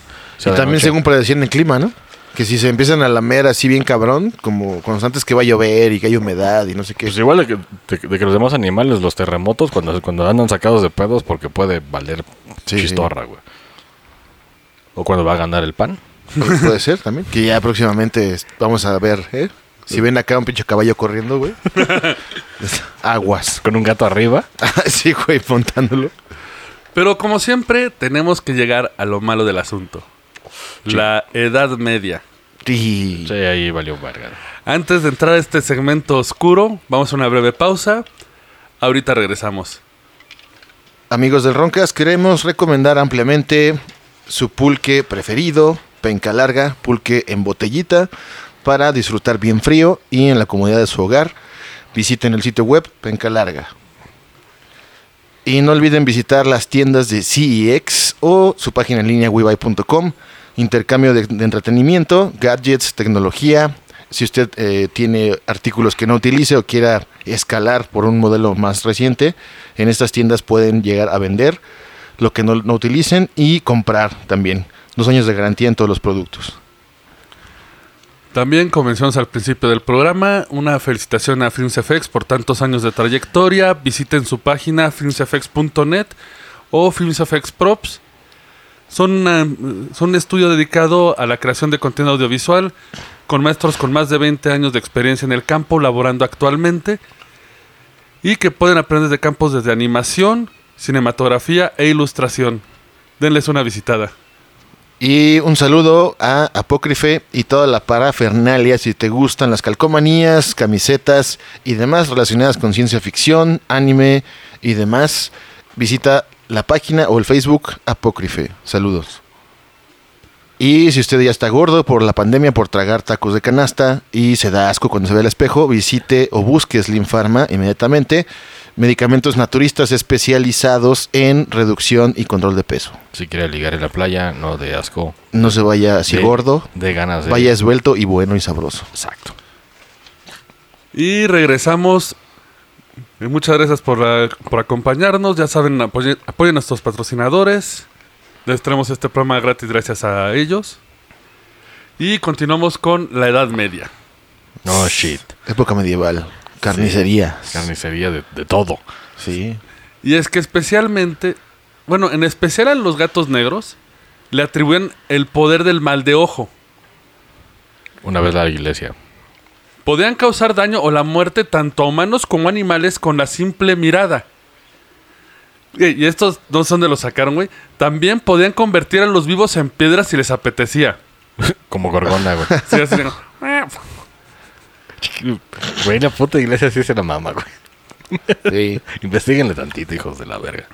S3: Y
S4: sea de
S3: también
S4: noche.
S3: según predecían el clima, ¿no? Que si se empiezan a lamer así bien cabrón, como constantes que va a llover y que hay humedad y no sé qué.
S4: Pues igual de que, de, de que los demás animales, los terremotos, cuando, cuando andan sacados de pedos porque puede valer
S3: Sí,
S4: chistorra, güey. O cuando va a ganar el pan.
S3: Pu- Pues Puede ser también. Que ya próximamente es- vamos a ver, ¿eh? Si ven acá un pinche caballo corriendo, [LAUGHS] güey. Aguas. [LAUGHS]
S4: Con un gato arriba.
S3: sí, güey, montándolo.
S2: Pero como siempre, tenemos que llegar a lo malo del asunto. La Edad Media.
S3: Sí.
S4: Sí, ahí valió verga.
S2: Antes de entrar a este segmento oscuro, vamos a una breve pausa. Ahorita regresamos.
S3: Amigos del Roncas, queremos recomendar ampliamente su pulque preferido, penca larga, pulque en botellita, para disfrutar bien frío y en la comodidad de su hogar. Visiten el sitio web Penca Larga. Y no olviden visitar las tiendas de CEX o su página en línea webuy.com. Intercambio de, de entretenimiento, gadgets, tecnología. Si usted eh, tiene artículos que no utilice o quiera escalar por un modelo más reciente, en estas tiendas pueden llegar a vender lo que no, no utilicen y comprar también. Dos años de garantía en todos los productos.
S2: También, como mencionamos al principio del programa, una felicitación a FilmsFX por tantos años de trayectoria. Visiten su página filmsfx.net o FilmsFX Props. Son, una- son un estudio dedicado a la creación de contenido audiovisual con maestros con más de 20 años de experiencia en el campo, laborando actualmente y que pueden aprender de campos desde animación, cinematografía e ilustración. Denles una visitada.
S3: Y un saludo a Apócrife y toda la parafernalia si te gustan las calcomanías, camisetas y demás relacionadas con ciencia ficción, anime y demás. Visita la página o el Facebook Apócrife. Saludos. Y si usted ya está gordo por la pandemia, por tragar tacos de canasta y se da asco cuando se ve al espejo, visite o busque Slim Pharma inmediatamente. Medicamentos naturistas especializados en reducción y control de peso.
S4: Si quiere ligar en la playa, no de asco.
S3: No se vaya así
S4: de,
S3: gordo,
S4: De ganas de.
S3: Vaya esbelto y bueno y sabroso.
S4: Exacto.
S2: Y regresamos. Eh, Muchas gracias por, eh, por acompañarnos. Ya saben, apoyen, apoyen a nuestros patrocinadores. Les traemos este programa gratis gracias a ellos. Y continuamos con la Edad Media.
S4: No shit.
S3: Época medieval. Carnicería.
S4: Carnicería de, de todo. [LAUGHS]
S3: Sí.
S2: Y es que especialmente, bueno, en especial a los gatos negros, le atribuyen el poder del mal de ojo.
S4: Una vez la iglesia.
S2: Podían causar daño o la muerte tanto a humanos como a animales con la simple mirada. Y y estos no son de los sacaron, güey. También podían convertir a los vivos en piedras si les apetecía.
S4: Como
S3: [LAUGHS]
S4: gorgona, güey.
S2: Sí, así, ¿no?
S4: Güey, la puta iglesia sí se la mama, güey.
S3: Sí.
S4: Investíguenle tantito, hijos de la verga.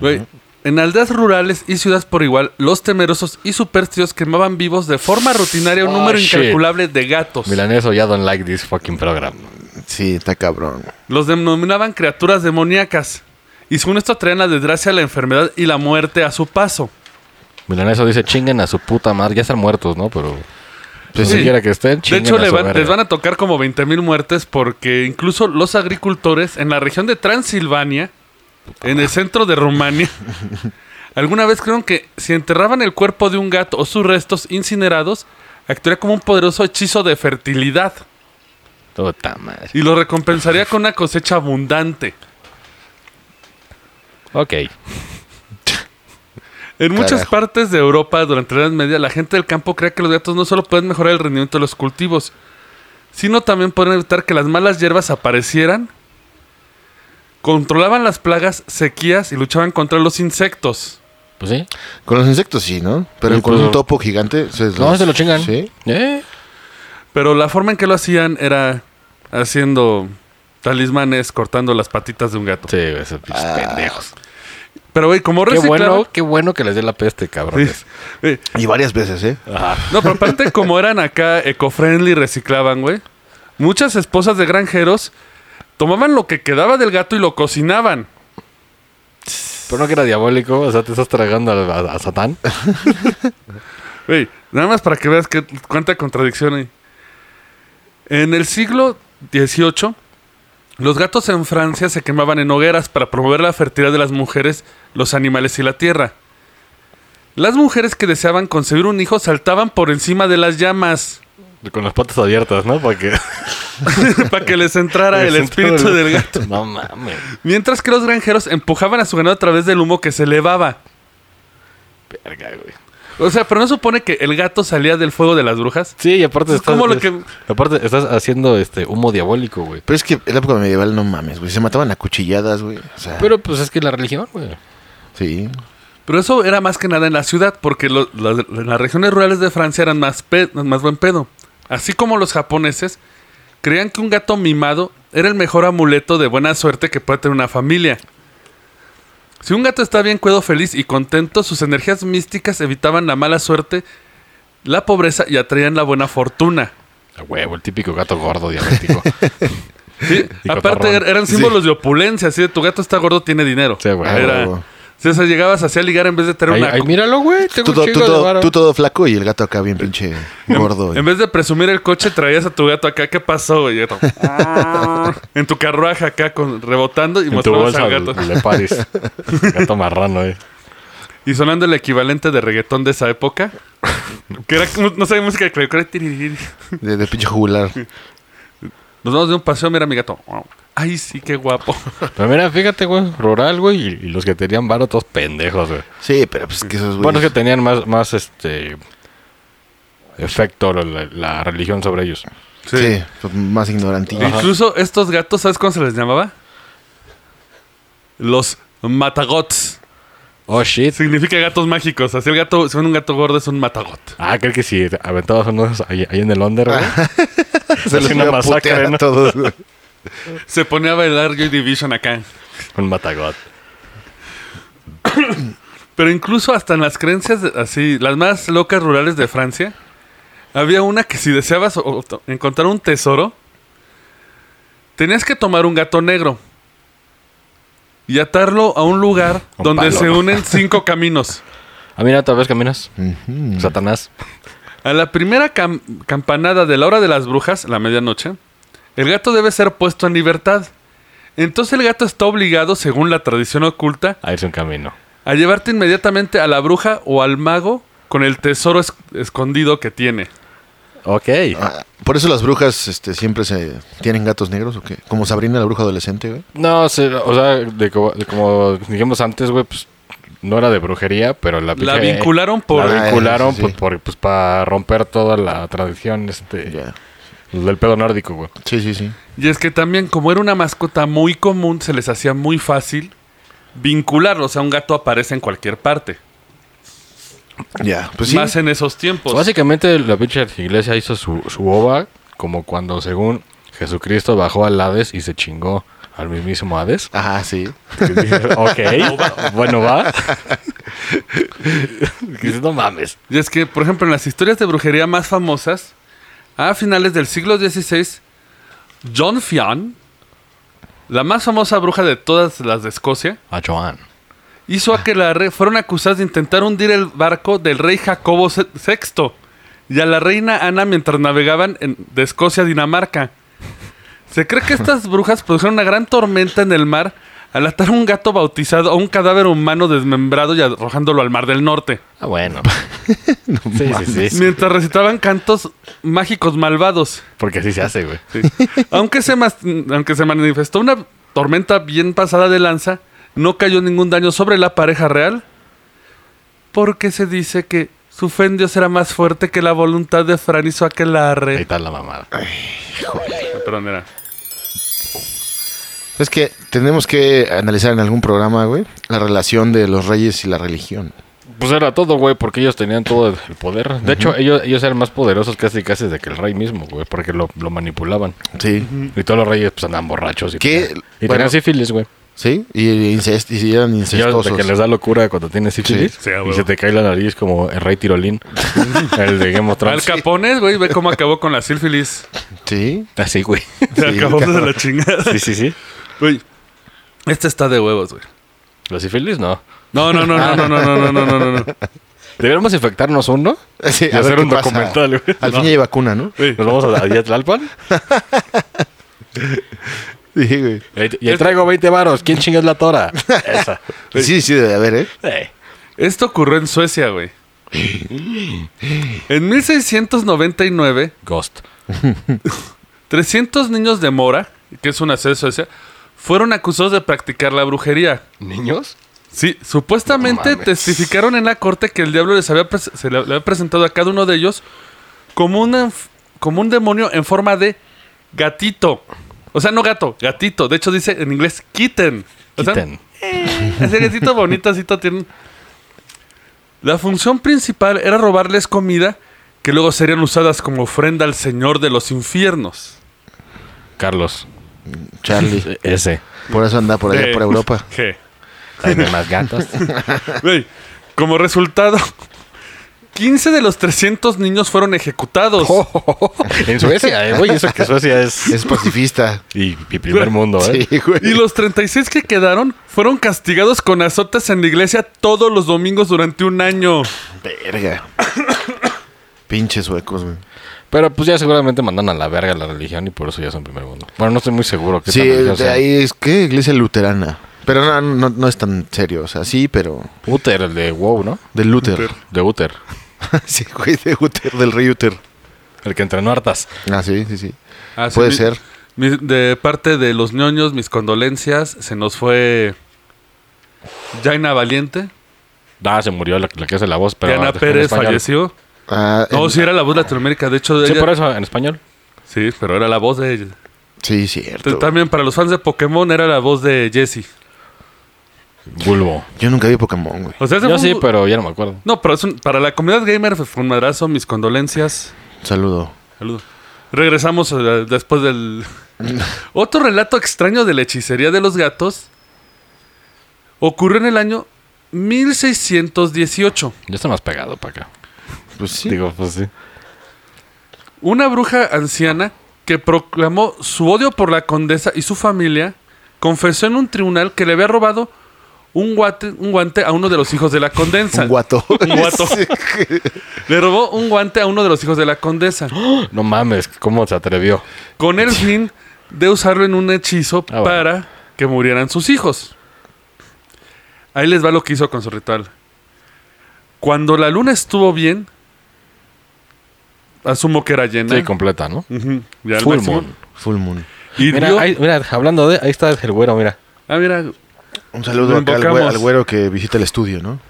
S2: Güey, En aldeas rurales y ciudades por igual, los temerosos y supersticiosos quemaban vivos de forma rutinaria un
S4: Oh,
S2: número
S4: shit.
S2: incalculable de gatos.
S4: Milaneso, ya don't like this fucking program.
S3: Sí, está cabrón.
S2: Los denominaban criaturas demoníacas. Y según esto traían la desgracia, la enfermedad y la muerte a su paso.
S4: Milaneso dice, chinguen a su puta madre. Ya están muertos, ¿no? Pero. Pues
S2: Sí.
S4: siquiera que estén,
S2: De
S4: chinguen
S2: hecho,
S4: a
S2: le
S4: su
S2: van-
S4: verga.
S2: les van a tocar como 20.000 muertes porque incluso los
S4: [LAUGHS]
S2: agricultores en la región de Transilvania, en el centro de Rumania, Alguna vez creyeron que si enterraban el cuerpo de un gato o sus restos incinerados, actuaría como un poderoso hechizo de fertilidad
S4: Todo tan madre.
S2: y lo recompensaría con una cosecha abundante.
S4: Ok.
S2: En muchas
S3: Carajo.
S2: partes de Europa durante la Edad Media, la gente del campo creía que los gatos no solo pueden mejorar el rendimiento de los cultivos, sino también pueden evitar que las malas hierbas aparecieran, controlaban las plagas, sequías y luchaban contra los insectos.
S4: Pues sí.
S3: Con los insectos sí, ¿no? Pero
S4: Y
S3: con
S4: pues-
S3: un topo gigante. se
S4: No,
S3: los-
S4: se lo chingan.
S3: Sí.
S4: Eh.
S2: Pero la forma en que lo hacían era haciendo talismanes, cortando las patitas de un gato.
S4: Sí, güey, esos pinches
S3: Ah.
S4: pendejos.
S2: Pero, güey, como
S4: Qué
S2: reciclaban...
S4: bueno, qué bueno que les dé la peste, cabrón.
S2: Sí. Eh,
S3: Y varias veces, ¿eh?
S4: Ah.
S2: No, pero aparte, como eran acá eco-friendly, reciclaban, güey. Muchas esposas de granjeros tomaban lo que quedaba del gato y lo cocinaban.
S4: Pero no que era diabólico, o sea, te estás tragando a, a- a Satán.
S2: Güey, nada más para que veas que, cuánta contradicción hay. En el siglo XVIII, los gatos en Francia se quemaban en hogueras para promover la fertilidad de las mujeres, los animales y la tierra. Las mujeres que deseaban concebir un hijo saltaban por encima de las llamas [LAUGHS]
S4: Con las patas abiertas, ¿no? Para que.
S2: para que les
S4: [LAUGHS]
S2: entrara el espíritu del gato.
S4: No mames.
S2: Mientras que los granjeros empujaban a su ganado a través del humo que se elevaba.
S4: Verga, güey.
S2: O sea, pero no supone que el gato salía del fuego de las brujas.
S4: Sí, y aparte
S2: Es
S4: estás.
S2: como lo
S4: es-
S2: que-
S4: Aparte, estás haciendo este humo diabólico, güey.
S3: Pero es que en la época medieval no mames, güey. Se mataban a cuchilladas, güey. O sea,
S4: Pero pues es que la religión, güey.
S3: sí.
S2: Pero eso era más que nada en la ciudad, porque lo- la- las regiones rurales de Francia eran más, pe- más buen pedo. Así como los japoneses creían que un gato mimado era el mejor amuleto de buena suerte que puede tener una familia. Si un gato está bien cuedo, feliz y contento, sus energías místicas evitaban la mala suerte, la pobreza y atraían la buena fortuna.
S4: A huevo, el típico gato
S2: [LAUGHS]
S4: gordo diabético.
S2: Sí,
S4: [LAUGHS] Y
S2: aparte
S4: cotorrón.
S2: er- eran símbolos de opulencia, así de tu gato está gordo, tiene dinero.
S4: Sí, güey.
S2: Era-
S3: Ah, Huevo.
S2: sí, o sea, llegabas así a ligar en vez de tener
S4: Ahí,
S2: una...
S4: ahí, míralo, güey. Tengo
S3: Tú,
S4: un
S3: todo-
S4: chingo
S3: tú
S4: de
S3: todo-
S4: varo.
S3: tú todo flaco y el gato acá bien pinche gordo. güey.
S2: En vez de presumir el coche, traías a tu gato acá. ¿Qué pasó, güey? Gato? [LAUGHS] en tu carruaje acá, con, rebotando y
S4: En tu
S2: mostrabas
S4: bolsa
S2: al
S4: gato.
S2: gato. [LAUGHS]
S4: le pares. Gato marrano, eh.
S2: Y sonando el equivalente de reggaetón de esa época. Que era, como- no sé, música que era tiririri.
S3: De, de pinche jugular.
S2: Nos vamos de un paseo, mira mi gato. Ay, sí, qué guapo.
S4: Pero mira, fíjate, güey. Rural, güey. Y, y los que tenían varo, todos pendejos, güey.
S3: Sí, pero pues que esos güeyes.
S4: Bueno, es que tenían más, más este. Efecto la, la- la religión sobre ellos.
S3: sí. son más ignorantillos.
S2: Incluso estos gatos, ¿sabes cómo se les llamaba? Los matagots.
S4: Oh shit.
S2: Significa gatos mágicos. Así el gato, si ven un gato gordo, es un matagot.
S4: Ah, creo que si aventabas unos ahí, ahí en el under, güey.
S3: [LAUGHS] Se
S4: Es
S3: los
S4: una
S3: iba a
S4: masacre,
S3: putear
S4: ¿no?
S3: a todos. güey.
S2: Se ponía a bailar Joy Division acá.
S4: Un matagot.
S2: Pero incluso hasta en las creencias de- así, las más locas rurales de Francia, había una que si deseabas o- o to- encontrar un tesoro, tenías que tomar un gato negro y atarlo a un lugar
S4: Un
S2: donde
S4: palo,
S2: se
S4: ¿no?
S2: unen
S4: [LAUGHS]
S2: cinco caminos.
S4: Ah, mira, tal vez caminas.
S3: Ujú.
S4: Satanás.
S2: A la primera cam- campanada de la hora de las brujas, la medianoche, el gato debe ser puesto en libertad. Entonces el gato está obligado, según la tradición oculta,
S4: Ahí es un camino.
S2: a llevarte inmediatamente a la bruja o al mago con el tesoro es- escondido que tiene.
S4: Ok.
S3: Ah, Por eso las brujas este, siempre se tienen gatos negros o qué? Como Sabrina la bruja adolescente, güey.
S4: No, se- o sea, de, co- de como dijimos antes, güey, pues no era de brujería, pero la,
S2: La vincularon por-
S4: La
S3: Ah,
S4: vincularon
S3: sí, sí.
S4: por- por- pues, para romper toda la tradición este,
S3: Ya.
S4: del pedo nórdico, güey.
S3: Sí, sí, sí.
S2: Y es que también, como era una mascota muy común, se les hacía muy fácil vincularlo. O sea, un gato aparece en cualquier parte.
S3: Ya. Pues sí.
S2: Más en esos tiempos.
S4: Pues Básicamente la pinche iglesia hizo su, su ova como cuando según Jesucristo bajó al Hades y se chingó al mismísimo Hades.
S3: Ajá, sí.
S4: [LAUGHS] ok, bueno va. Dices, no mames.
S2: Y es que, por ejemplo, en las historias de brujería más famosas, a finales del siglo XVI, John Fian, la más famosa bruja de todas las de Escocia,
S4: A Joan.
S2: hizo aquelarre fueron acusadas de intentar hundir el barco del rey Jacobo se- VI y a la reina Ana mientras navegaban en- de Escocia a Dinamarca. Se cree que estas brujas produjeron una gran tormenta en el mar al atar un gato bautizado a un cadáver humano desmembrado y arrojándolo al Mar del Norte.
S4: Ah, [LAUGHS] bueno. sí, sí, sí.
S2: Mientras recitaban cantos mágicos malvados.
S4: Porque así se hace, güey.
S2: Sí. [LAUGHS] aunque, se mas- aunque se manifestó una tormenta bien pasada de lanza, no cayó ningún daño sobre la pareja real. Porque se dice que su fe en Dios era más fuerte que la voluntad de Fran y su
S4: Ahí
S2: aquelarre.
S4: está la mamada.
S2: Perdón, era.
S3: Es que tenemos que analizar en algún programa, güey, la relación de los reyes y la religión.
S4: Pues era todo, güey, porque ellos tenían todo el poder. De hecho, ellos, ellos eran más poderosos casi casi de que el rey mismo, güey, porque lo, lo manipulaban.
S3: Sí.
S4: Y todos los reyes pues andaban borrachos y,
S3: ¿Qué?
S4: y
S3: Bueno.
S4: tenían sífilis, güey.
S3: Sí, y, incest- y eran
S4: Ya ves de
S3: incestuosos.
S4: que les da locura cuando tienes sífilis
S2: Sí, sí, a
S4: y
S2: huevo.
S4: se te cae la nariz como el rey tirolín, el de Game of
S2: Al
S4: Thrones.
S2: Capones, güey, ve cómo acabó con la sífilis.
S3: Sí. [LAUGHS]
S4: Así, Ah, güey.
S2: Se
S3: Sí,
S2: acabó de
S3: cabrón.
S2: la chingada.
S4: Sí, sí, sí.
S2: Güey, este está de huevos, güey.
S4: ¿La sífilis? No.
S2: No, no, no, no, no, no, no, no, no, no, no.
S4: Deberíamos infectarnos uno
S3: Sí,
S4: y hacer
S3: ver
S4: un
S3: qué pasa.
S4: documental, güey.
S3: Al fin ya hay vacuna, ¿no?
S2: Güey,
S4: Nos vamos a, a Tlalpan
S3: Sí, güey.
S4: Eh, y y traigo 20 varos. ¿Quién chingas la tora? Esa.
S3: Sí, sí, debe haber, ¿eh?
S4: Eh.
S2: Esto ocurrió en Suecia, güey. En 1699,
S4: Ghost.
S2: 300 niños de Mora, que es una sede de Suecia, fueron acusados de practicar la brujería.
S4: ¿Niños?
S2: Sí, supuestamente
S4: No mames.
S2: testificaron en la corte que el diablo les había pres- se le, le había presentado a cada uno de ellos como, una enf- como un demonio en forma de gatito. O sea, no gato, gatito. De hecho, dice en inglés kitten. O sea,
S4: Quiten.
S2: [LAUGHS] Ese gatito bonito, así todo tiene- La función principal era robarles comida que luego serían usadas como ofrenda al señor de los infiernos.
S4: Carlos.
S3: Charlie.
S4: E- Ese.
S3: Por eso anda por allá,
S2: Eh,
S3: por Europa.
S2: [LAUGHS] ¿Qué?
S4: Tráeme más gatos.
S2: Güey, como resultado, [LAUGHS] 15 de los 300 niños fueron ejecutados.
S3: Oh,
S4: en Suecia, eh, güey. Eso que Suecia es.
S3: Es
S4: [LAUGHS]
S3: pacifista.
S4: Y, y primer mundo,
S3: Sí,
S4: ¿eh?
S3: güey.
S2: Y los 36 que quedaron fueron castigados con azotes en la iglesia todos los domingos durante un año.
S3: Verga. [COUGHS] Pinches huecos, güey.
S4: Pero pues ya seguramente mandan a la verga la religión y por eso ya son primer mundo. Bueno, no estoy muy seguro que
S3: Sí, de ahí es que iglesia luterana. Pero no, no, no es tan serio. O sea, sí, pero
S4: Uther, el de WoW, ¿no?
S3: del Luther.
S4: De Uther.
S3: [LAUGHS] sí, güey, de Uther, del rey Uther.
S4: El que entrenó hartas.
S3: Ah, sí, sí, sí.
S2: Ah, sí,
S3: Puede
S2: mi-
S3: ser.
S2: mi- de parte de los ñoños, mis condolencias. Se nos fue Jaina Valiente.
S4: Ah, se murió la, la que hace la voz, pero.
S2: Diana
S4: en
S2: Pérez
S4: español.
S2: falleció.
S3: Ah,
S2: No,
S3: en-
S2: sí, era la voz de Latinoamérica. De hecho, de
S4: Sí,
S2: ella-
S4: por eso, en español.
S2: sí, pero era la voz de ella.
S3: sí, cierto.
S2: También para los fans de Pokémon era la voz de Jessie.
S4: Bulbo.
S3: Yo nunca vi Pokémon, güey.
S2: O sea, ese
S4: Yo
S2: fue
S4: sí,
S2: un-
S4: pero ya no me acuerdo.
S2: No, pero es un- para la comunidad gamer fue un madrazo. Mis condolencias.
S3: Saludo.
S2: Saludos. Regresamos eh, después del... Otro relato extraño de la hechicería de los gatos ocurrió en el año 1618.
S4: Ya está más pegado para acá.
S3: Pues sí.
S4: Digo, pues sí.
S2: Una bruja anciana que proclamó su odio por la condesa y su familia confesó en un tribunal que le había robado un guate- un guante, a uno de los hijos de la condesa.
S3: un guato.
S2: [LAUGHS] Un guato. Le robó un guante a uno de los hijos de la condesa.
S4: No mames, ¿cómo se atrevió?
S2: Con el fin de usarlo en un hechizo
S4: Ah, bueno.
S2: para que murieran sus hijos. Ahí les va lo que hizo con su ritual. Cuando la luna estuvo bien, asumo que era llena.
S4: Sí, completa, ¿no?
S2: Ujú, ya al
S4: Full
S2: máximo.
S4: moon.
S3: Full Moon.
S2: Y
S4: Mira,
S2: dio-
S4: ahí- mira, hablando de. Ahí está el güero, mira.
S2: Ah, mira,
S3: Un saludo
S2: Lo
S3: acá al, güe-
S2: invocamos.
S3: al güero que visita el
S2: [LAUGHS]
S3: estudio, ¿no?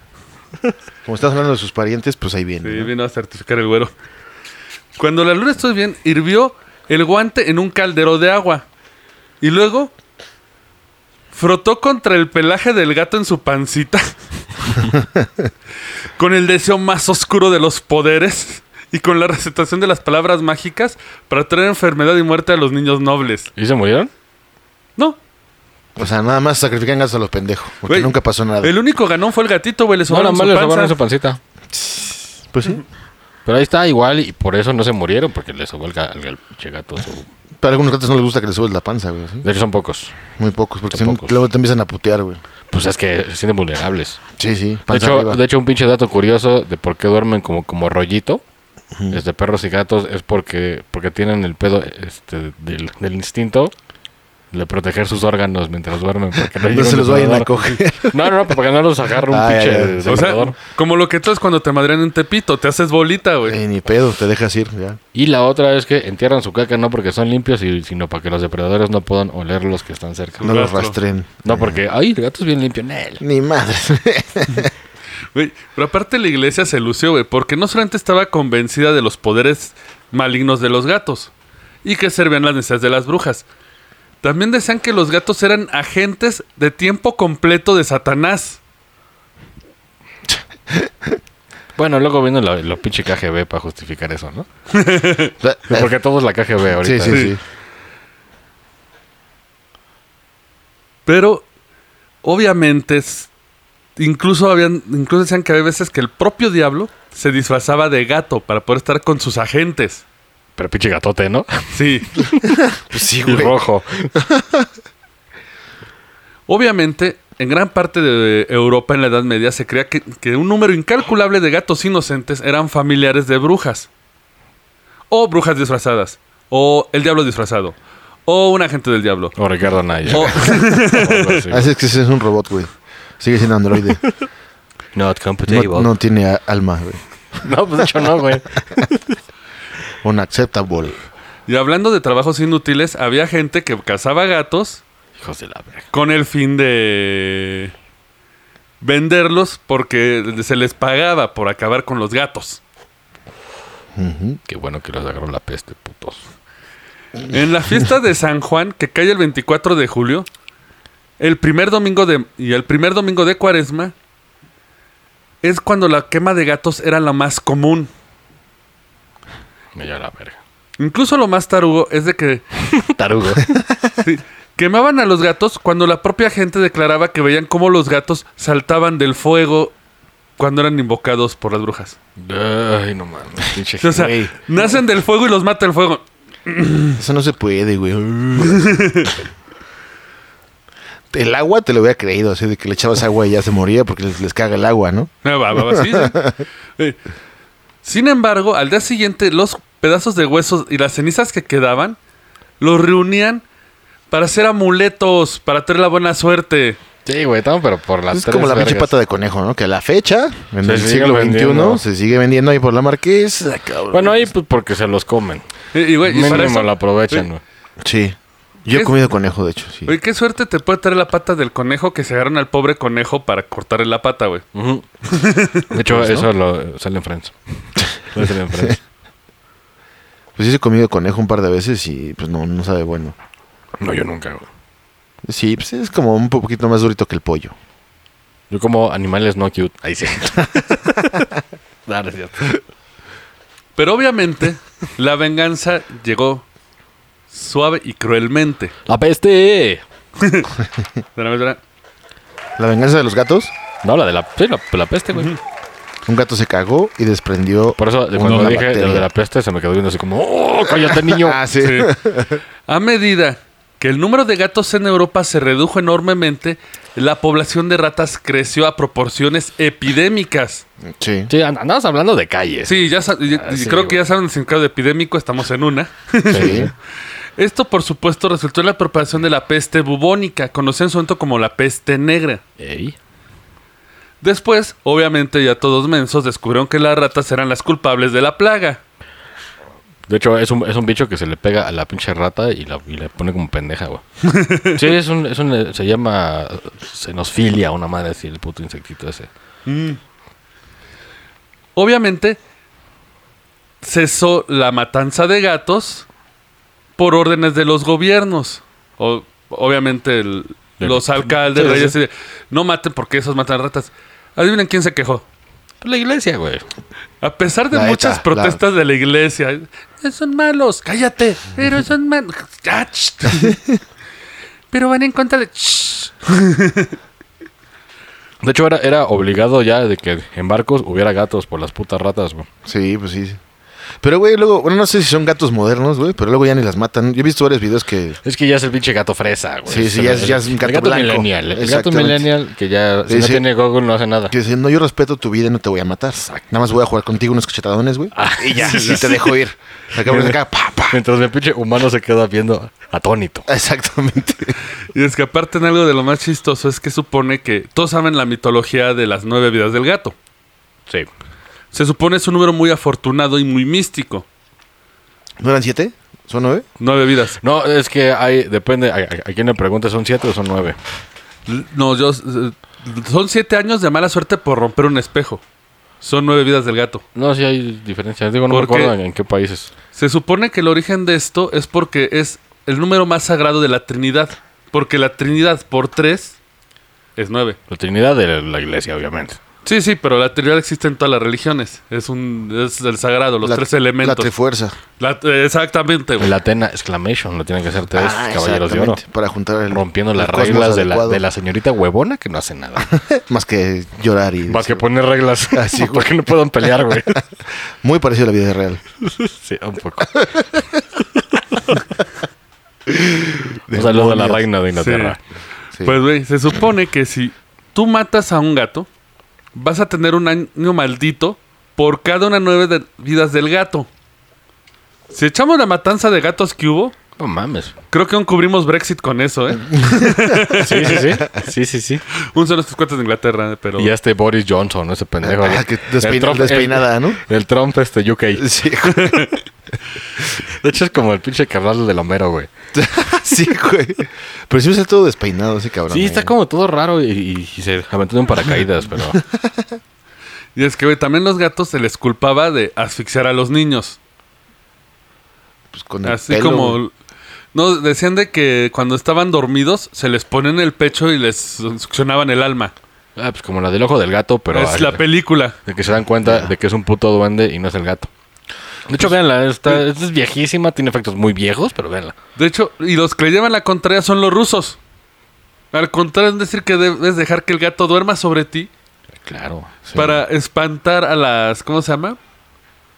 S3: Como estás hablando de sus parientes, pues ahí viene.
S2: Sí,
S3: ¿no?
S2: vino a certificar el güero. Cuando la luna estuvo bien, hirvió el guante en un caldero de agua. Y luego frotó contra el pelaje del gato en su pancita. [LAUGHS] con el deseo más oscuro de los poderes. Y con la recitación de las palabras mágicas para traer enfermedad y muerte a los niños nobles.
S4: ¿Y se murieron?
S2: No.
S3: O sea, nada más sacrifican gatos a los pendejos. Porque
S2: Güey,
S3: nunca pasó nada.
S2: El único ganón fue el gatito, güey. Le
S4: No,
S2: sobraron
S4: nada más
S2: su
S4: les
S2: panza.
S4: robaron su pancita.
S3: Pues sí.
S4: Pero ahí está igual y por eso no se murieron, porque les sobó el, ga- el pinche gato. su-
S3: Pero a algunos gatos no les gusta que les subes la panza, güey. ¿sí?
S4: De hecho, son pocos.
S3: Muy pocos, porque
S4: Son
S3: si no,
S4: pocos.
S3: luego te empiezan a putear, güey.
S4: Pues es que se sienten vulnerables.
S3: Sí, sí.
S4: De
S3: Panza
S4: hecho,
S3: arriba.
S4: de hecho, un pinche dato curioso de por qué duermen como, como rollito, este, perros y gatos, es porque, porque tienen el pedo este, del, del instinto de proteger sus órganos mientras duermen. Porque no,
S3: [LAUGHS] No
S4: llegue
S3: se
S4: un
S3: los vayan a
S4: depredador.
S3: coger.
S4: [LAUGHS] No, no, no, para que no los agarre un
S3: Ah, ya,
S4: pinche
S3: ya.
S4: de-
S2: O sea,
S4: depredador.
S2: como lo que tú es cuando te madrean en Tepito, te haces bolita, güey.
S3: Eh, ni pedo, te dejas ir. Ya.
S4: Y la otra es que entierran su caca no porque son limpios, y- sino para que los depredadores no puedan oler los que están cerca.
S3: No los
S2: rastro.
S3: rastren.
S4: No, porque, ay, el gato es bien limpio. Nel.
S3: Ni madre.
S2: Güey, Pero aparte la iglesia se lució, güey, porque no solamente estaba convencida de los poderes malignos de los gatos y que servían las necesidades de las brujas. También decían que los gatos eran agentes de tiempo completo de Satanás.
S4: Bueno, luego vino la- lo pinche KGB para justificar eso,
S3: [LAUGHS]
S4: ¿no? [LAUGHS] Porque todo es la KGB ahorita.
S3: Ah, sí, sí, sí.
S2: Pero, obviamente, es- incluso, habían, incluso decían que había veces que el propio diablo se disfrazaba de gato para poder estar con sus agentes.
S4: Pero pinche gatote,
S3: [LAUGHS]
S4: ¿no?
S2: Sí.
S3: Pues sí,
S4: Y
S3: güey.
S4: rojo.
S2: Obviamente, en gran parte de Europa en la Edad Media se creía que, que un número incalculable de gatos inocentes eran familiares de brujas. O brujas disfrazadas. O el diablo disfrazado. O un agente del diablo.
S4: [LAUGHS] O Ricardo Naya.
S2: O, [LAUGHS]
S3: Así es que ese es un robot, güey. Sigue siendo androide.
S4: [LAUGHS] Not
S3: No,
S4: computable.
S3: no tiene a- alma, güey.
S4: No, pues de hecho no, güey.
S3: Un acceptable.
S2: y hablando de trabajos inútiles, había gente que cazaba gatos
S4: Hijos de la verga.
S2: con el fin de venderlos porque se les pagaba por acabar con los gatos.
S4: Qué bueno que los agarró la peste, putos.
S2: En la fiesta de San Juan, que cae el 24 de julio, el primer domingo de y el primer domingo de Cuaresma es cuando la quema de gatos era la más común.
S4: Me lleva la verga.
S2: Incluso lo más tarugo es de que
S4: Tarugo.
S2: sí, quemaban a los gatos cuando la propia gente declaraba que veían cómo los gatos saltaban del fuego cuando eran invocados por las brujas.
S4: Ay, no mames. Pinche
S2: O sea,
S4: güey.
S2: nacen del fuego y los mata el fuego.
S3: Eso no se puede, güey. [LAUGHS] El agua te lo había creído, así de que le echabas agua y ya se moría porque les, les caga el agua, ¿no?
S2: Ah, va, va, va, sí, sí. Eh, Sin embargo, al día siguiente, los pedazos de huesos y las cenizas que quedaban los reunían para hacer amuletos, para tener la buena suerte.
S4: Sí, güey, estamos, pero por las
S3: Pues es como la pinche pata de conejo, ¿no? Que a la fecha, en
S4: Se
S3: el
S4: sigue
S3: siglo
S4: vendiendo.
S3: XXI, se sigue vendiendo ahí por la marquesa, cabrón.
S4: Bueno, ahí pues porque se los comen.
S2: Eh, Y, güey, y para
S4: Mínimo
S2: eso-
S4: lo aprovechan, güey.
S3: Sí. Yo he
S2: Es-
S3: comido conejo, de hecho, sí.
S2: Oye, qué suerte te puede traer la pata del conejo que se agarran al pobre conejo para cortarle la pata, güey.
S4: Ujú. De hecho, eso lo, sale
S3: [LAUGHS]
S4: en Friends. Lo sale en Friends.
S3: Pues sí, he comido conejo un par de veces y pues no, no sabe bueno.
S4: No, yo nunca, güey.
S3: Sí, pues es como un poquito más durito que el pollo.
S4: Yo como animales no cute. Ahí sí. no, no es cierto.
S2: Pero obviamente, la venganza llegó suave y cruelmente.
S4: [LAUGHS] ¡La peste!
S2: De la verdad,
S3: La venganza de los gatos,
S4: No, la de la, sí, la, la peste, güey.
S3: un gato se cagó y desprendió
S4: Por eso, de
S3: una
S4: cuando dije
S3: bacteria.
S4: lo de la peste, se me quedó viendo así como, ¡Oh, cállate, [LAUGHS] niño!
S3: Ah, sí.
S2: Sí. Este, A medida que el número de gatos en Europa se redujo enormemente, la población de ratas creció a proporciones epidémicas.
S3: sí.
S4: Sí, and- andabas hablando de calles.
S2: Sí, ya sa- y-
S4: Ah,
S2: y
S4: sí,
S2: creo que ya
S4: güey.
S2: saben el significado de epidémico, estamos en una.
S3: sí.
S2: Esto, por supuesto, resultó en la propagación de la peste bubónica, conocida en su momento como la peste negra.
S4: Ey.
S2: Después, obviamente, ya todos mensos descubrieron que las ratas eran las culpables de la plaga.
S4: De hecho, es un, es un bicho que se le pega a la pinche rata y la, y la pone como pendeja, [LAUGHS] güey. Sí, es un, es un, se llama xenofilia, una madre así, el puto insectito ese.
S2: Obviamente, cesó la matanza de gatos por órdenes de los gobiernos. O- obviamente, el-
S4: De-
S2: los alcaldes,
S4: Sí, sí.
S2: reyes, y de, no maten porque esos matan ratas. Adivinen quién se quejó.
S4: Pues la iglesia, güey.
S2: A pesar de
S3: La
S2: muchas
S3: ETA,
S2: protestas de la iglesia, "Eh, son malos, cállate, pero son malos. Ya, ch. [LAUGHS] pero van en contra de. ch.
S4: De hecho, era, era obligado ya de que en barcos hubiera gatos por las putas ratas, güey.
S3: Sí, pues sí. Pero, güey, luego, bueno, no sé si son gatos modernos, güey, pero luego ya ni las matan. Yo he visto varios videos que
S4: Es que ya es el pinche gato fresa, güey.
S3: Sí, sí,
S4: el-
S3: ya es- ya es un
S4: el
S3: gato blanco.
S4: millennial. El gato
S3: Exactamente.
S4: millennial que ya, si
S3: Sí,
S4: no
S3: sí.
S4: tiene Google, no hace nada.
S3: que dicen, no, yo respeto tu vida y no te voy a matar. Nada más voy a jugar contigo unos
S4: Ah, [LAUGHS]
S3: cachetadones, güey. y ya, y te dejo ir. Acá, acá, pa, pa.
S4: Mientras el pinche humano se queda viendo. atónito.
S3: Exactamente.
S2: Y es que aparte en algo de lo más chistoso es que supone que todos saben la mitología de las nueve vidas del gato.
S4: Sí.
S2: Se supone es un número muy afortunado y muy místico.
S3: ¿No eran siete? ¿Son nueve?
S2: Nueve vidas.
S4: No, es que hay, depende, a, a- a quién le pregunte, ¿son siete o son nueve?
S2: L- No, yo... eh, Son siete años de mala suerte por romper un espejo. Son nueve vidas del gato.
S4: No, sí hay diferencias. Digo, no me
S2: ¿Por
S4: acuerdo
S2: qué?
S4: en qué países.
S2: Se supone que el origen de esto es porque es el número más sagrado de la Trinidad. Porque la Trinidad por tres es nueve.
S4: La Trinidad de la iglesia, obviamente.
S2: Sí, sí, pero la Trinidad existe en todas las religiones. Es un es el sagrado, los
S3: La-
S2: tres
S3: La
S2: elementos.
S3: trifuerza.
S2: La- eh, exactamente, güey.
S4: La Atena exclamation, lo tienen que hacer tres
S3: Ah,
S4: caballeros de oro.
S3: exactamente, Para juntar el.
S4: Rompiendo
S3: el
S4: las
S3: cosmos
S4: reglas de la,
S3: adecuado.
S4: de la señorita huevona que no hace nada.
S3: [LAUGHS] Más que llorar y.
S4: Más que poner reglas.
S3: Ah,
S4: [LAUGHS] Así, porque no puedan
S3: [LAUGHS]
S4: pelear, güey.
S3: Muy parecido a la vida real.
S4: Sí, un poco. Un saludo a la
S3: Demonios.
S4: reina de Inglaterra.
S3: Sí.
S2: Pues, güey, se supone que si tú matas a un gato, vas a tener un año maldito por cada una nueve de- vidas del gato. Si echamos la matanza de gatos que hubo,
S4: No mames.
S2: creo que aún cubrimos Brexit con eso,
S3: [LAUGHS]
S2: ¿eh?
S4: Sí, sí, sí. Sí, sí, sí.
S2: un solo de tus cuates de Inglaterra, pero...
S4: Y este Boris Johnson, ese pendejo.
S3: Ah, que despein-
S4: El Trump-
S3: despeinada,
S4: el-
S3: ¿no?
S4: El Trump, este UK.
S3: [LAUGHS] Sí,
S4: De hecho, es como el pinche carnal del Homero, güey.
S3: sí, güey. Pero sí está todo despeinado ese cabrón. eh,
S4: Sí,
S3: ahí,
S4: está
S3: ¿no?
S4: como todo raro y, y- y se aventó de un paracaídas,
S3: [LAUGHS]
S4: pero.
S2: Y es que, güey, también los gatos se les culpaba de asfixiar a los niños.
S3: Pues con el
S2: Así
S3: pelo,
S2: como...
S3: güey.
S2: No, decían de que cuando estaban dormidos se les ponían el pecho y les succionaban el alma.
S4: Ah, pues como la del ojo del gato, pero.
S2: es la película.
S4: De que se dan cuenta de que es un puto duende y no es el gato. De hecho, véanla, está, esta es viejísima, tiene efectos muy viejos, pero véanla.
S2: De hecho, y los que le llevan la contraria son los rusos. Al contrario, es decir que debes dejar que el gato duerma sobre ti
S4: Claro. sí.
S2: para espantar a las, ¿cómo se llama?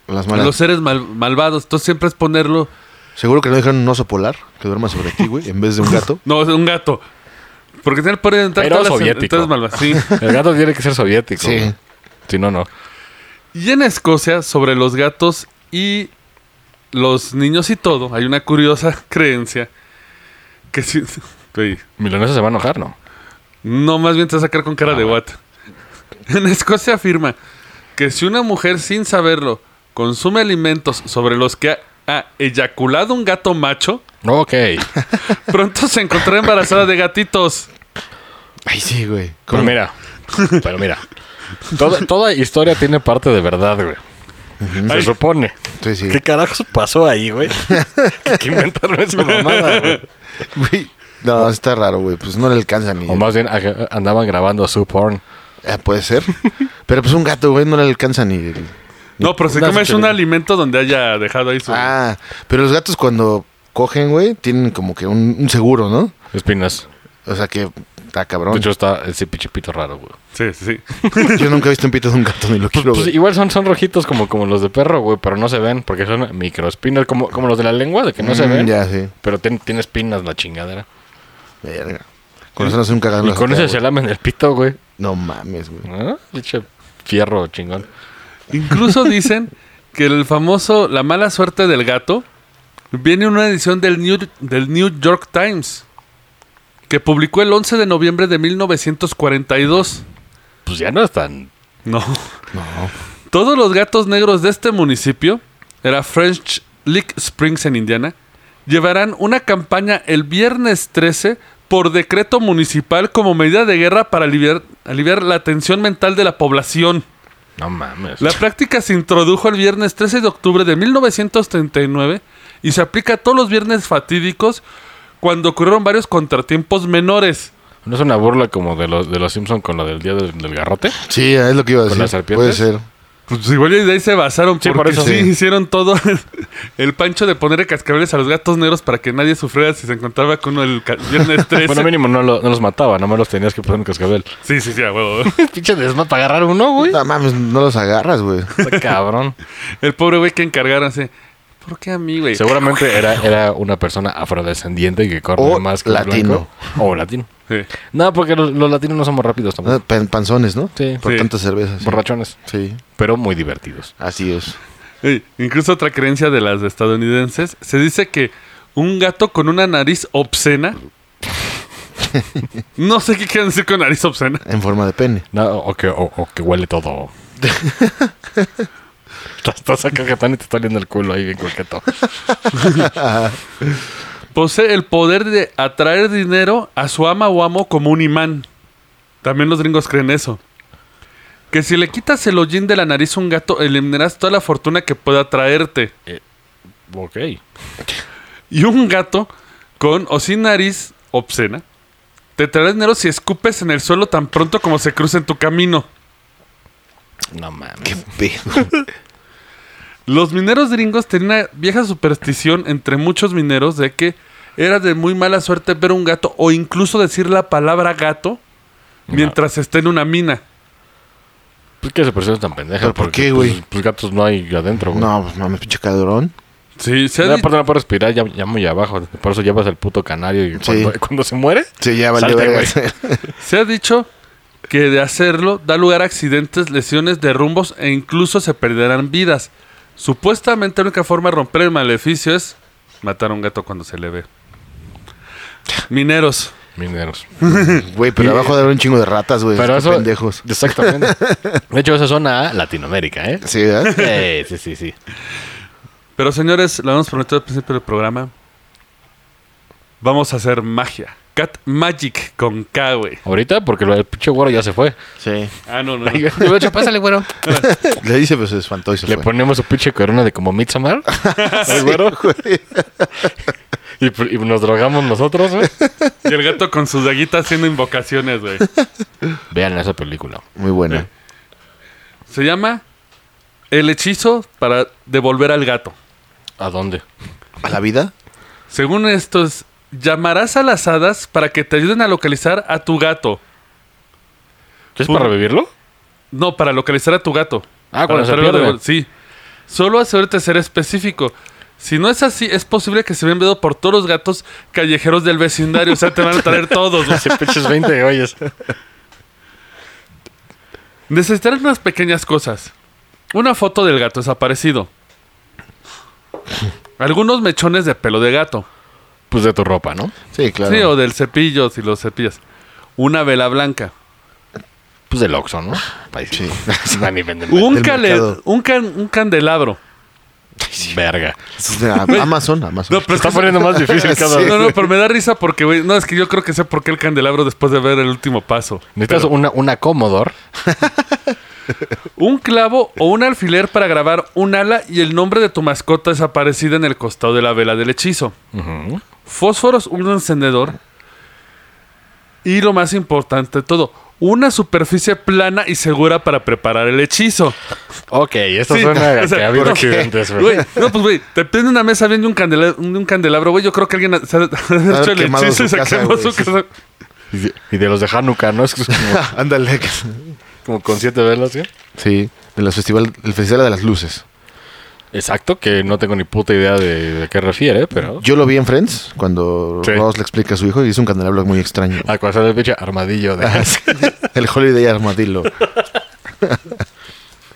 S3: Las
S2: A
S3: malas.
S2: los seres mal- malvados. Entonces siempre es ponerlo,
S3: Seguro que no dejaron un oso polar que duerma sobre ti, güey, en vez de un
S4: [LAUGHS]
S3: gato.
S2: no, es un gato. Porque tiene el poder de entrar
S4: Pero
S2: todas las
S4: soviético.
S2: entidades malvadas. Sí.
S4: El gato tiene que ser soviético.
S3: Sí.
S4: güey. Si no, no.
S2: Y en Escocia, sobre los gatos y los niños y todo, hay una curiosa [LAUGHS] creencia que si... Güey,
S4: Milanesa se va a enojar, ¿no?
S2: No, más bien te vas a sacar con cara de guata. [LAUGHS] En Escocia afirma que si una mujer sin saberlo consume alimentos sobre los que ha, ha eyaculado un gato [LAUGHS] macho,
S4: Ok.
S2: pronto se encontrará embarazada de gatitos.
S3: Ay, sí, güey.
S4: Pero mira. Pero mira. Toda, toda historia tiene parte de verdad, güey. Se supone.
S3: Sí, sí.
S4: ¿Qué carajos pasó ahí, güey? que [LAUGHS] inventaron esa mamada, güey.
S3: [LAUGHS] Güey, No, está raro, güey. Pues no le alcanza ni.
S4: O más bien a- andaban grabando su porn.
S3: Ah, puede
S4: [LAUGHS]
S3: ser. Pero pues un gato, güey, no le alcanza ni. el-
S2: No, pero se
S4: Una
S2: come es un
S4: sugerencia.
S2: alimento donde haya dejado ahí su...
S3: Ah, pero los gatos cuando cogen, güey, tienen como que un, un seguro, ¿no?
S4: Espinas.
S3: O sea que está
S4: De
S3: cabrón.
S4: hecho, está ese pinche pito raro, güey.
S2: Sí, sí.
S3: Yo [LAUGHS] nunca he visto un pito de un gato ni lo quiero.
S4: Pues
S3: güey.
S4: igual son, son rojitos como, como los de perro, güey, pero no se ven porque son microespinas, como, como los de la lengua, de que no se
S3: Mm,
S4: ven.
S3: Ya, sí.
S4: Pero ten- tiene espinas la chingadera.
S3: Verga. Con eso no hace un cagado. en
S4: Y
S3: la
S4: con
S3: azotea,
S4: eso se
S3: güey.
S4: lamen el pito, güey.
S3: No mames, güey.
S4: ¿Ah? Pinche fierro chingón.
S2: [LAUGHS] Incluso dicen que el famoso La mala suerte del gato viene en una edición del New, del New York Times que publicó el 11 de noviembre de 1942.
S4: Pues ya no es tan.
S2: No. Todos los gatos negros de este municipio, era French Lick Springs en Indiana, llevarán una campaña el viernes 13 por decreto municipal como medida de guerra para aliviar, aliviar la tensión mental de la población.
S4: No mames.
S2: La práctica se introdujo el viernes 13 de octubre de 1939 y se aplica todos los viernes fatídicos cuando ocurrieron varios contratiempos menores.
S4: ¿No es una burla como de los, de los Simpsons con la del día del, del garrote?
S3: Sí, es lo que iba a
S4: ¿Con
S3: decir.
S4: las serpientes?
S3: Puede ser.
S2: Pues igual y de ahí se basaron
S4: Sí, por
S2: porque
S4: eso.
S2: sí,
S3: Sí.
S2: hicieron todo [LAUGHS] el, el pancho de ponerle cascabeles a los gatos negros para que nadie sufriera si se encontraba con uno el ca-
S4: [LAUGHS]
S2: viernes 13.
S4: Bueno, mínimo no, lo- no los mataba, nomás los tenías que poner en [LAUGHS] cascabel.
S2: sí, sí, sí, a huevo.
S4: Pinche desma para agarrar uno, güey.
S3: No mames, no los agarras, güey.
S4: [LAUGHS] Está cabrón.
S2: El pobre güey que encargaron así. ¿Por qué a mí, güey?
S4: Seguramente era, era una persona afrodescendiente que corre
S3: O
S4: más que el
S3: latino.
S4: blanco. O latino.
S2: Sí.
S4: No, porque los, los latinos no somos rápidos tampoco.
S3: Ah, pan- Panzones, ¿no?
S4: Sí.
S3: Por
S2: Sí.
S3: tantas cervezas. sí.
S4: Borrachones.
S3: Sí,
S4: Pero muy divertidos.
S3: así es.
S2: Ey, incluso otra creencia de las de estadounidenses, se dice que Un gato con una nariz obscena. [LAUGHS] No sé qué quieren decir con nariz obscena.
S3: En forma de pene.
S4: No, o, que, o- o que huele [LAUGHS] todo. estás, estás acá gatán y te está oliendo el culo ahí bien coqueto.
S2: Posee el poder de atraer dinero a su ama o amo como un imán. También los gringos creen eso. Que si le quitas el hollín de la nariz a un gato, eliminarás toda la fortuna que pueda traerte.
S4: Ok.
S2: Y un gato con o sin nariz obscena te traerá dinero si escupes en el suelo tan pronto como se cruza en tu camino.
S4: No mames.
S2: Los mineros gringos tenían una vieja superstición entre muchos mineros de que era de muy mala suerte ver un gato o incluso decir la palabra gato mientras esté en una mina.
S4: Pues que esa persona es tan pendeja.
S3: ¿Pero por
S4: porque,
S3: qué,
S4: pues,
S3: güey?
S4: Pues, gatos no hay adentro,
S3: [LAUGHS]
S4: güey.
S3: No, pues mames, pinche cadrón.
S2: Sí, se ha
S4: No,
S2: dicho-
S4: aparte no puedo respirar ya, ya muy abajo. Por eso llevas al puto canario y
S3: Sí.
S4: cuando, cuando se muere.
S3: Sí, ya valió
S4: Salte,
S3: verga.
S4: güey.
S2: Se ha dicho que de hacerlo da lugar a accidentes, lesiones, derrumbos e incluso se perderán vidas. Supuestamente la única forma de romper el maleficio es matar a un gato cuando se le ve. Mineros.
S4: Mineros.
S3: Güey, [LAUGHS] pero abajo debe haber un chingo de ratas, güey.
S4: Pero
S3: Pues, qué
S4: eso.
S3: Pendejos. [LAUGHS]
S4: Exactamente. De hecho, esa zona A, Latinoamérica, ¿eh?
S3: Sí, ¿verdad?
S4: Eh, sí, sí, sí.
S2: Pero señores, lo habíamos prometido al principio del programa. Vamos a hacer magia. Cat Magic con K, güey.
S4: Ahorita, porque el pinche güero ya se fue.
S3: Sí.
S2: Ah, no, no. no.
S4: De hecho, pásale, güero.
S3: Le dice, pues se espantó y se
S4: [LAUGHS] Le
S3: fue.
S4: ponemos su pinche corona de como Midsommar.
S3: [LAUGHS]
S4: al güero. Y, pr- y nos drogamos nosotros, güey.
S2: Y el gato con sus daguitas haciendo invocaciones, güey.
S4: Vean esa película.
S3: Muy buena.
S2: Se llama El hechizo para devolver al gato.
S4: ¿A dónde?
S3: ¿A la vida?
S2: Según estos, llamarás a las hadas para que te ayuden a localizar a tu gato.
S4: ¿Es
S2: Fu-
S4: para revivirlo?
S2: No, para localizar a tu gato. Para
S4: Ah, cuando se
S2: traerlo de
S4: pierde.
S2: vuelta. Sí. Solo asegúrate de ser específico. Si no es así, es posible que se vean viendo por todos los gatos callejeros del vecindario. O sea, te van a traer todos. güey.
S4: Se pinches 20 ollas.
S2: Necesitarás unas pequeñas cosas. Una foto del gato desaparecido. Algunos mechones de pelo de gato.
S4: Pues de tu ropa, ¿no?
S3: Sí, claro.
S2: Sí, o del cepillo, si los cepillas. Una vela blanca.
S4: Pues del Oxxo, ¿no? Uh. País.
S3: Sí.
S4: No, ni venden
S2: Un,
S3: del
S2: cale-
S3: mercado.
S2: un, can- un candelabro.
S4: Verga.
S3: A- Amazon, Amazon.
S2: No, pero es
S4: está
S2: que-
S4: poniendo más difícil cada
S3: Sí.
S4: vez.
S2: no, no, pero me da risa porque, güey, no, es que yo creo que sé por qué el candelabro después de ver el último paso.
S4: Necesitas una, una Commodore.
S2: Un clavo o un alfiler para grabar un ala y el nombre de tu mascota desaparecida en el costado de la vela del hechizo. Fósforos, un encendedor. Y lo más importante de todo, una superficie plana y segura para preparar el hechizo.
S4: Ok, esto
S2: Sí,
S4: suena
S2: o sea,
S4: a que ha habido
S2: ¿por qué?
S4: accidentes,
S2: Güey,
S4: güey.
S2: no, pues, güey, te prende una mesa viendo un, candela- un candelabro, güey. Yo creo que alguien ha- se ha ha hecho el
S3: quemado
S2: hechizo y
S3: su
S2: se
S3: casa,
S2: quemó
S3: güey,
S2: su
S3: sí.
S2: casa.
S4: Y de, y de los de Hanukkah, ¿no? Es que es como,
S3: Ándale.
S4: como con siete velas, ¿sí?
S3: Sí, de los festival, el Festival de las Luces.
S4: Exacto, que no tengo ni puta idea de, de qué refiere, pero...
S3: Yo lo vi en Friends cuando
S4: Sí. Ah,
S3: Ross le explica a su hijo y es un candelabro muy extraño.
S4: A cuál sale el pinche armadillo de...
S3: [LAUGHS] el Holiday Armadillo.
S4: [LAUGHS]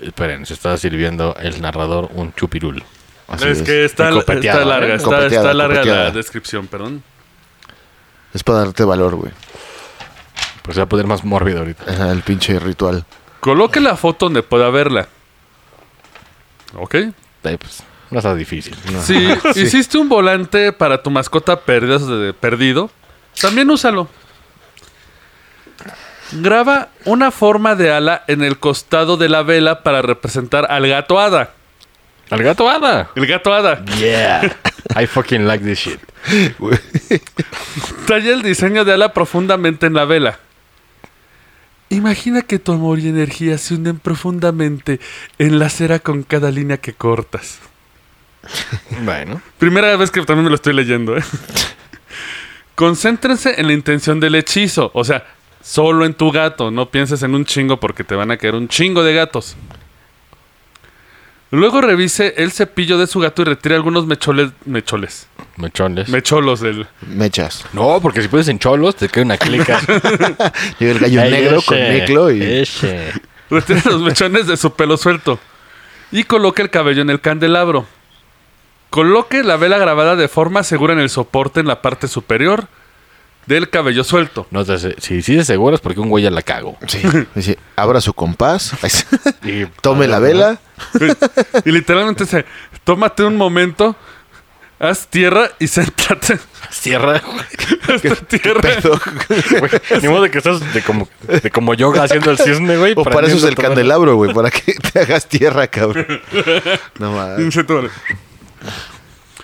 S4: Esperen, se está sirviendo el narrador un chupirul.
S3: Así
S2: es,
S3: es.
S2: que está,
S4: Y copeteada,
S2: está larga,
S4: ¿eh?
S2: está, está
S3: Copeteada,
S2: larga la
S3: copeteada.
S2: descripción, perdón.
S3: Es para darte valor, güey.
S4: Pues se va a poner más mórbido ahorita.
S3: Ajá, El pinche ritual.
S2: Coloque la foto donde pueda verla. ¿Ok?
S4: Ahí, pues, no está difícil.
S2: Si hiciste un volante para tu mascota perdida- de- perdido, también úsalo. Graba una forma de ala en el costado de la vela para representar al gato hada.
S4: ¡Al gato hada!
S2: El gato hada.
S4: Yeah. [LAUGHS] I fucking like this shit.
S2: Talla el diseño de ala profundamente en la vela. Imagina que tu amor y energía se hunden profundamente en la cera con cada línea que cortas.
S4: Bueno.
S2: Primera vez que también me lo estoy leyendo, ¿eh? [LAUGHS] Concéntrense en la intención del hechizo. O sea, solo en tu gato. No pienses en un chingo porque te van a caer un chingo de gatos. Luego revise el cepillo de su gato y retire algunos mecholes. Mecholes.
S4: Mechones.
S2: Mecholos del.
S3: Mechas.
S4: no, porque si puedes en cholos, te cae una [LAUGHS] clica.
S3: Llega el gallo
S4: Ay, eh,
S3: negro
S4: ese,
S3: con meclo y.
S4: [LAUGHS] ese.
S2: Pues Retire los mechones de su pelo suelto. Y coloque el cabello en el candelabro. Coloque la vela grabada de forma segura en el soporte en la parte superior del cabello suelto.
S4: No, te- si sí de seguro es porque un güey ya la cago.
S3: Sí. Dice, abra su compás, [LAUGHS]
S4: Y, Ah,
S3: tome la
S4: [LAUGHS]
S3: vela. [LAUGHS]
S2: y literalmente dice, tómate un momento, haz tierra y séntate.
S4: [LAUGHS] Cierra,
S2: Haz tierra.
S3: Pedo.
S4: güey. Ni modo de que estás de como, de como yoga haciendo el cisne, güey.
S3: O para eso es
S4: prendiendo
S3: el
S4: todo.
S3: candelabro, güey, para que [LAUGHS] te hagas tierra, cabrón. No mames.
S2: Dice tú, vale.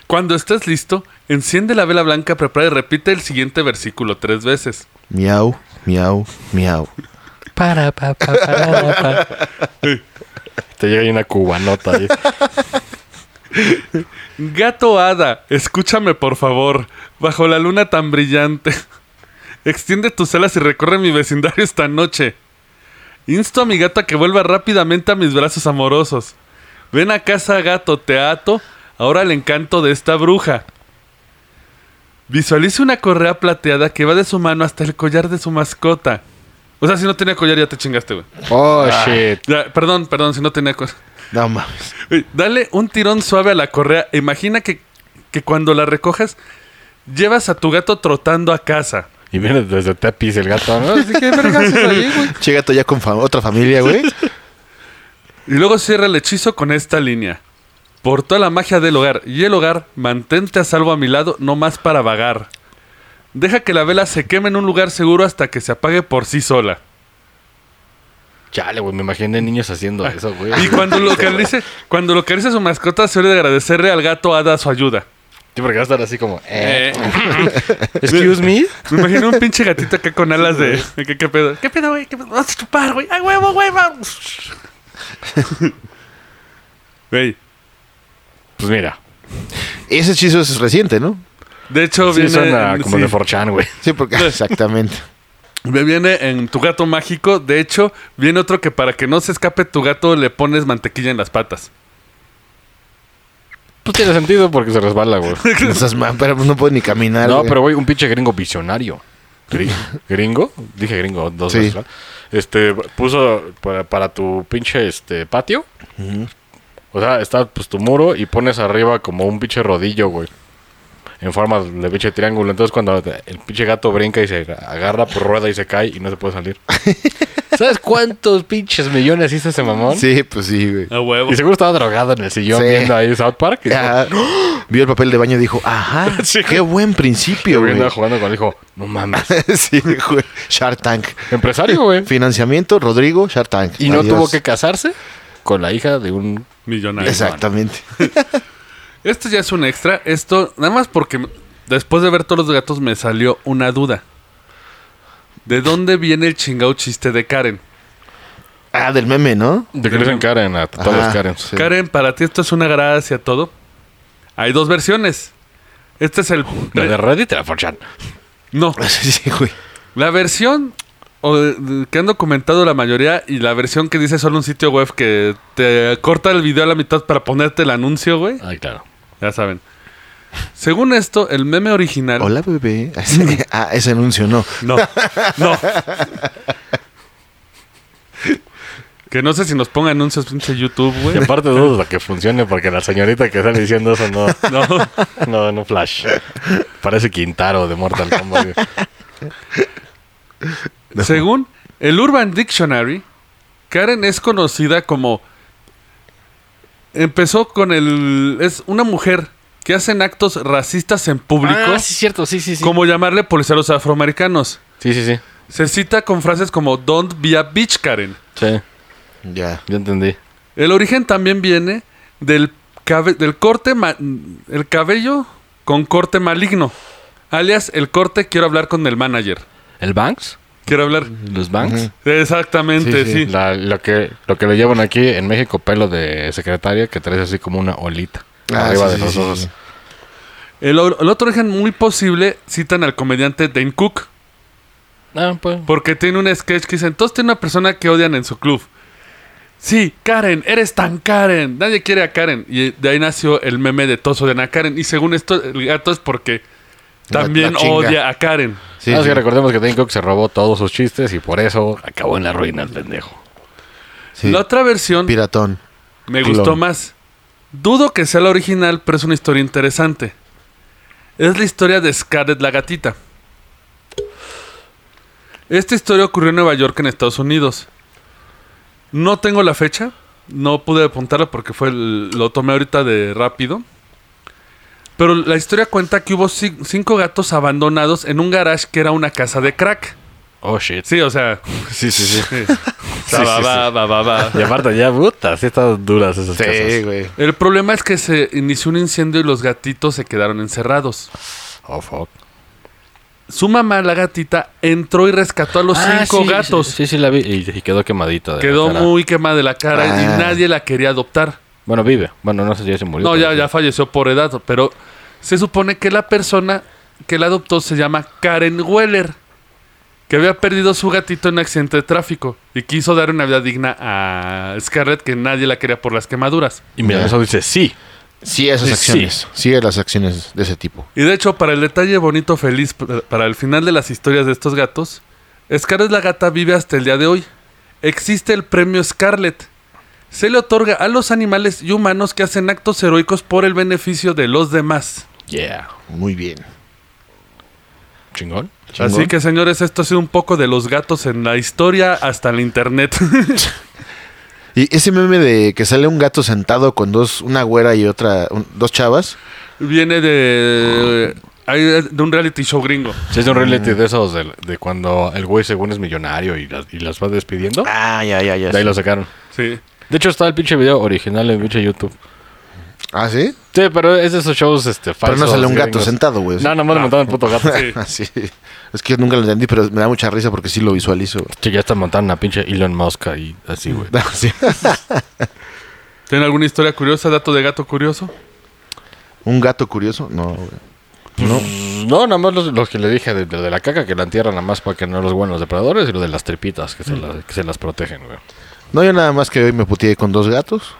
S2: Cuando estés listo, enciende la vela blanca, prepara y repite el siguiente versículo tres veces.
S3: Miau, miau, miau.
S4: Para, pa, pa, para, pa. Te llega ahí una
S3: [LAUGHS]
S4: cubanota. ahí.
S2: Gato hada, escúchame por favor, bajo la luna tan brillante. Extiende tus alas y recorre mi vecindario esta noche. Insto a mi gato a que vuelva rápidamente a mis brazos amorosos. Ven a casa, gato, te ato, ahora el encanto de esta bruja. Visualice una correa plateada que va de su mano hasta el collar de su mascota. O sea, si no tenía collar ya te chingaste, güey.
S4: Oh, shit.
S2: Ya, perdón, perdón, si no tenía collar.
S3: No mames.
S2: Ey, Dale un tirón suave a la correa. Imagina que, que cuando la recojas, llevas a tu gato trotando a casa.
S4: Y viene desde Tepis el gato. ¿no? Así, ¿Qué vergas es ahí, güey?
S3: Che, gato ya con fa- otra familia,
S4: [LAUGHS]
S3: güey.
S2: [LAUGHS] Y luego cierra el hechizo con esta línea. Por toda la magia del hogar y el hogar, mantente a salvo a mi lado, no más para vagar. Deja que la vela se queme en un lugar seguro hasta que se apague por sí sola.
S4: Chale, güey, me imaginé niños haciendo eso, Ah. [LAUGHS] güey.
S2: Y cuando lo localice, cuando localice a su mascota, se debe de agradecerle al gato Ada su ayuda.
S4: Sí, porque va a estar así como, eh,
S2: Eh,
S4: excuse me.
S2: Me imagino un pinche gatito acá con alas de. ¿Qué, qué pedo? ¿Qué pedo, güey? ¿Qué pedo? Vas a chupar, güey. ¡Ay, huevo, güey! vamos! [LAUGHS] Güey.
S4: Pues mira,
S3: Ese hechizo es reciente, ¿no?
S2: De hecho,
S4: sí
S2: viene.
S4: suena como
S2: sí,
S4: de Forchan, güey.
S3: Sí,
S4: [LAUGHS]
S3: porque ah, exactamente.
S2: viene en tu gato mágico. De hecho, viene otro que para que no se escape tu gato le pones mantequilla en las patas.
S4: Pues tiene sentido porque se resbala, [LAUGHS] güey.
S3: No seas ma- pero no puedo ni caminar.
S4: No,
S3: güey.
S4: pero güey, un pinche gringo visionario. Gri- ¿Gringo? Dije gringo dos
S3: Sí.
S4: veces. ¿verdad? Este, puso para, para tu pinche este, patio. O sea, está pues tu muro y pones arriba como un pinche rodillo, güey. En forma de pinche triángulo. Entonces cuando te- el pinche gato brinca y se agarra por rueda y se cae y no se
S3: [LAUGHS]
S4: puede salir. ¿Sabes cuántos pinches millones hizo ese mamón?
S3: Sí, pues sí, güey.
S2: A huevo.
S4: Y seguro estaba drogado en el sillón
S3: Sí. Ah,
S4: viendo ahí South Park. Y dijo,
S3: Ya, [GASPS] Vio el papel de baño y dijo, ajá,
S4: Ah. [LAUGHS] Sí.
S3: qué buen principio,
S4: "Seguro
S3: güey.
S4: andaba jugando con el hijo. No mames.
S3: [LAUGHS] sí, güey. Shark Tank.
S4: Empresario, güey.
S3: Financiamiento, Rodrigo, Shark Tank.
S4: Y no
S3: Adiós.
S4: tuvo que casarse con la hija de un...
S2: Millonario.
S3: Exactamente.
S2: Esto ya es un extra. Esto, nada más porque después de ver todos los gatos me salió una duda. ¿De dónde viene el chingado chiste de Karen?
S3: Ah, del meme, ¿no? [LAUGHS]
S4: De que le dicen Karen, a todos
S3: Ajá,
S4: los Karen.
S3: sí.
S2: Karen, para ti esto es una gracia todo. Hay dos versiones. Este es el...
S4: La de Reddit y la Forchan.
S2: No,
S3: Sí, sí, güey.
S2: la versión o, eh, que han documentado la mayoría y la versión que dice solo un sitio web que te corta el video a la mitad para ponerte el anuncio, güey.
S4: Ay, claro.
S2: Ya saben. Según esto, el meme original...
S3: Hola, bebé. [LAUGHS] ah, ese anuncio no.
S2: No,
S3: [LAUGHS]
S2: no. Que no sé si nos ponga anuncios pinche YouTube,
S4: Y
S2: güey.
S4: aparte dudo de que funcione porque la señorita que sale diciendo eso [LAUGHS] no...
S2: No.
S4: No, no flash. Parece Quintaro de Mortal Kombat. [LAUGHS] güey.
S2: Según el Urban Dictionary, Karen es conocida como. Empezó con el. Es una mujer que hacen actos racistas en público,
S4: cierto. Sí, sí,
S2: como llamarle policía a los afroamericanos.
S4: Sí, sí, sí.
S2: Se cita con frases como Don't be a bitch, Karen.
S4: Sí,
S3: Ya.
S4: yo entendí.
S2: El origen también viene del, cabe- del corte. ma- el cabello con corte maligno. Alias, el corte quiero hablar con el manager.
S4: ¿El Banks?
S2: Quiero hablar.
S4: ¿Los Banks?
S2: Exactamente,
S3: Sí, sí,
S2: sí.
S4: La- lo, que, lo que le llevan aquí en México, pelo de secretaria, que traes así como una olita.
S3: Ah,
S4: arriba
S3: sí,
S4: de
S3: sí,
S4: los
S3: sí,
S4: ojos.
S3: sí.
S2: El, or- el otro origen muy posible citan al comediante Dane Cook,
S4: Ah, pues...
S2: porque tiene un sketch que dice, entonces tiene una persona que odian en su club. Sí, Karen, eres tan Karen, nadie quiere a Karen. Y eh, de ahí nació el meme de Toso de Ana Karen. Y según esto, el gato es porque
S3: La-
S2: también
S3: la chinga.
S2: odia a Karen.
S3: Sí,
S4: Nada más
S3: Ah, sí.
S4: que recordemos que Dane Cook se robó todos sus chistes y por eso acabó en la ruina el pendejo.
S3: Sí.
S2: La otra versión
S3: Piratón.
S2: me
S3: Clon.
S2: gustó más. Dudo que sea la original, pero es una historia interesante. Es la historia de Scarlett la gatita. Esta historia ocurrió en Nueva York, en Estados Unidos. No tengo la fecha, no pude apuntarla porque fue el- lo tomé ahorita de rápido. Pero la historia cuenta que hubo ci- cinco gatos abandonados en un garage que era una casa de crack.
S4: Oh,
S3: [LAUGHS]
S4: shit.
S2: Sí, o sea. [LAUGHS]
S4: Sí, sí, sí.
S2: sí. Ba, ba, ba, ba, ba.
S4: Y aparte ya, puta, sí están duras esas
S3: Sí,
S4: casas.
S3: güey.
S2: El problema es que se inició un incendio y los gatitos se quedaron encerrados.
S4: Oh, fuck.
S2: Su mamá, la gatita, entró y rescató a los
S3: Ah,
S2: cinco gatos.
S4: Ah, Sí, sí, la vi. Y, y quedó quemadita. de la
S2: Quedó
S4: cara.
S2: muy quemada de la cara
S3: Ah.
S2: y nadie la quería adoptar.
S4: Bueno, vive. Bueno, no sé si ya se murió.
S2: No,
S4: pero
S2: ya,
S4: sí.
S2: ya falleció por edad, pero se supone que la persona que la adoptó se llama Karen Weller, que había perdido su gatito en un accidente de tráfico y quiso dar una vida digna a Scarlett, que nadie la quería por las quemaduras.
S4: Y mira, eso dice sí.
S3: Sí, esas
S4: Sí.
S3: acciones. Sí. a las acciones de ese tipo.
S2: Y de hecho, para el detalle bonito, feliz, para- para el final de las historias de estos gatos, Scarlett la gata vive hasta el día de hoy. Existe el premio Scarlett. Se le otorga a los animales y humanos que hacen actos heroicos por el beneficio de los demás.
S4: Yeah.
S3: Muy bien.
S4: Chingón.
S3: Chingón.
S2: Así que señores, esto ha sido un poco de los gatos en la historia hasta el internet. [LAUGHS]
S3: Y ese meme de que sale un gato sentado con dos, una güera y otra, un- dos chavas.
S2: Viene de, hay- de un reality show gringo.
S3: Mm.
S4: Sí, es un reality de esos de, de cuando el güey según es millonario y las, y las va despidiendo.
S3: Ah, ya, ya, ya.
S4: De ahí lo sacaron.
S2: Sí.
S4: De hecho, está el pinche video original en pinche YouTube.
S3: Ah, sí.
S4: Sí, pero es de esos shows este,
S3: Pero
S4: falsos.
S3: no sale un gato
S4: gringos.
S3: sentado, güey.
S4: No, nada más le montaron el puto gato.
S2: Sí.
S3: [LAUGHS] Ah, sí. Es que nunca lo entendí, pero me da mucha risa porque sí lo visualizo. [LAUGHS]
S4: Che, ya está montando una pinche Elon Musk y así, güey.
S3: Sí.
S2: ¿Tienen alguna historia curiosa, dato de gato curioso?
S3: ¿Un gato curioso? No, güey.
S2: Pues
S4: Mm, No, nada más los, los que le dije de, de la caca que la entierran nada más para que no los huelan los depredadores y lo de las tripitas que se, la- que se las protegen, güey.
S3: No, yo nada más que hoy me puteé con
S2: [LAUGHS]
S3: dos gatos.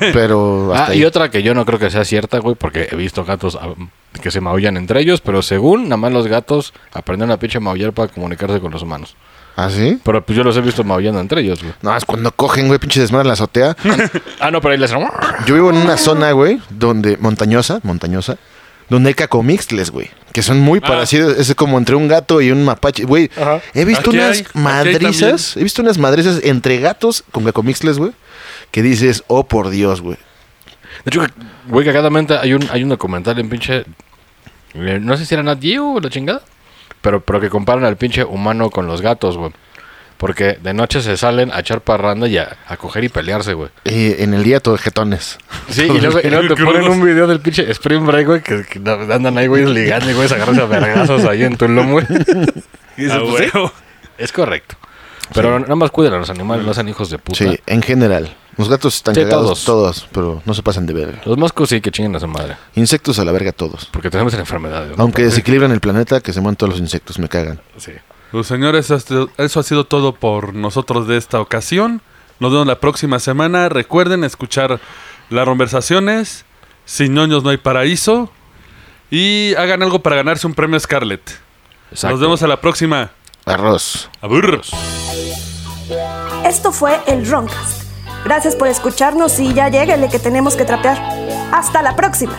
S3: Pero hasta
S4: Ah,
S3: ahí.
S4: y otra que yo no creo que sea cierta, güey, porque he visto gatos ah, que se maullan entre ellos, pero según nada más los gatos aprenden a pinche maullar para comunicarse con los humanos.
S3: ¿Ah, sí?
S4: Pero pues yo los he visto maullando entre ellos, güey.
S3: No, es cuando cogen, güey, pinche desmadre en la azotea.
S4: [LAUGHS] Ah, no, pero ahí les...
S3: Yo vivo en una zona, güey, donde montañosa, montañosa, donde hay cacomixles, güey, que son muy
S2: Ah.
S3: parecidos. Es como entre un gato y un mapache, güey. He visto
S2: Aquí
S3: unas
S2: hay, aquí hay
S3: madrizas, he visto unas madrizas entre gatos con cacomixles, güey, que dices, oh por Dios, güey.
S4: De hecho, güey, cagadamente hay un, hay un documental en pinche. eh, No sé si era Nat Geo o la chingada. Pero, pero que comparan al pinche humano con los gatos, güey. Porque de noche se salen a echar parranda y a, a coger y pelearse, güey.
S3: Eh, en el día todo jetones.
S4: Sí, y luego, y [LAUGHS] luego te
S2: Crudos.
S4: ponen un video del pinche Spring Break, güey, que, que andan ahí, güey, ligando y güey, se agarran a vergazos ahí en Tulum, güey. [LAUGHS] Y dices,
S2: Ah,
S4: pues, sí,
S2: huevo.
S4: es correcto. Pero nada más cuiden a los animales, no sean hijos de puta.
S3: Sí, en general. Los gatos están
S4: Sí,
S3: cagados
S4: todos.
S3: todos, pero no se pasan de verga.
S4: Los moscos sí que chinguen a su madre.
S3: Insectos a la verga todos.
S4: Porque tenemos la enfermedad, güey.
S3: Aunque desequilibran el planeta, que se mueran todos los insectos, me cagan.
S4: Sí.
S2: Pues señores, esto- eso ha sido todo por nosotros de esta ocasión. Nos vemos la próxima semana. Recuerden escuchar las conversaciones. Sin ñoños no hay paraíso. Y hagan algo para ganarse un premio Scarlett.
S4: Exacto.
S2: Nos vemos a la próxima.
S3: Arroz.
S2: Aburros.
S1: Esto fue el Roncast. Gracias por escucharnos y ya lléguele que tenemos que trapear. ¡Hasta la próxima!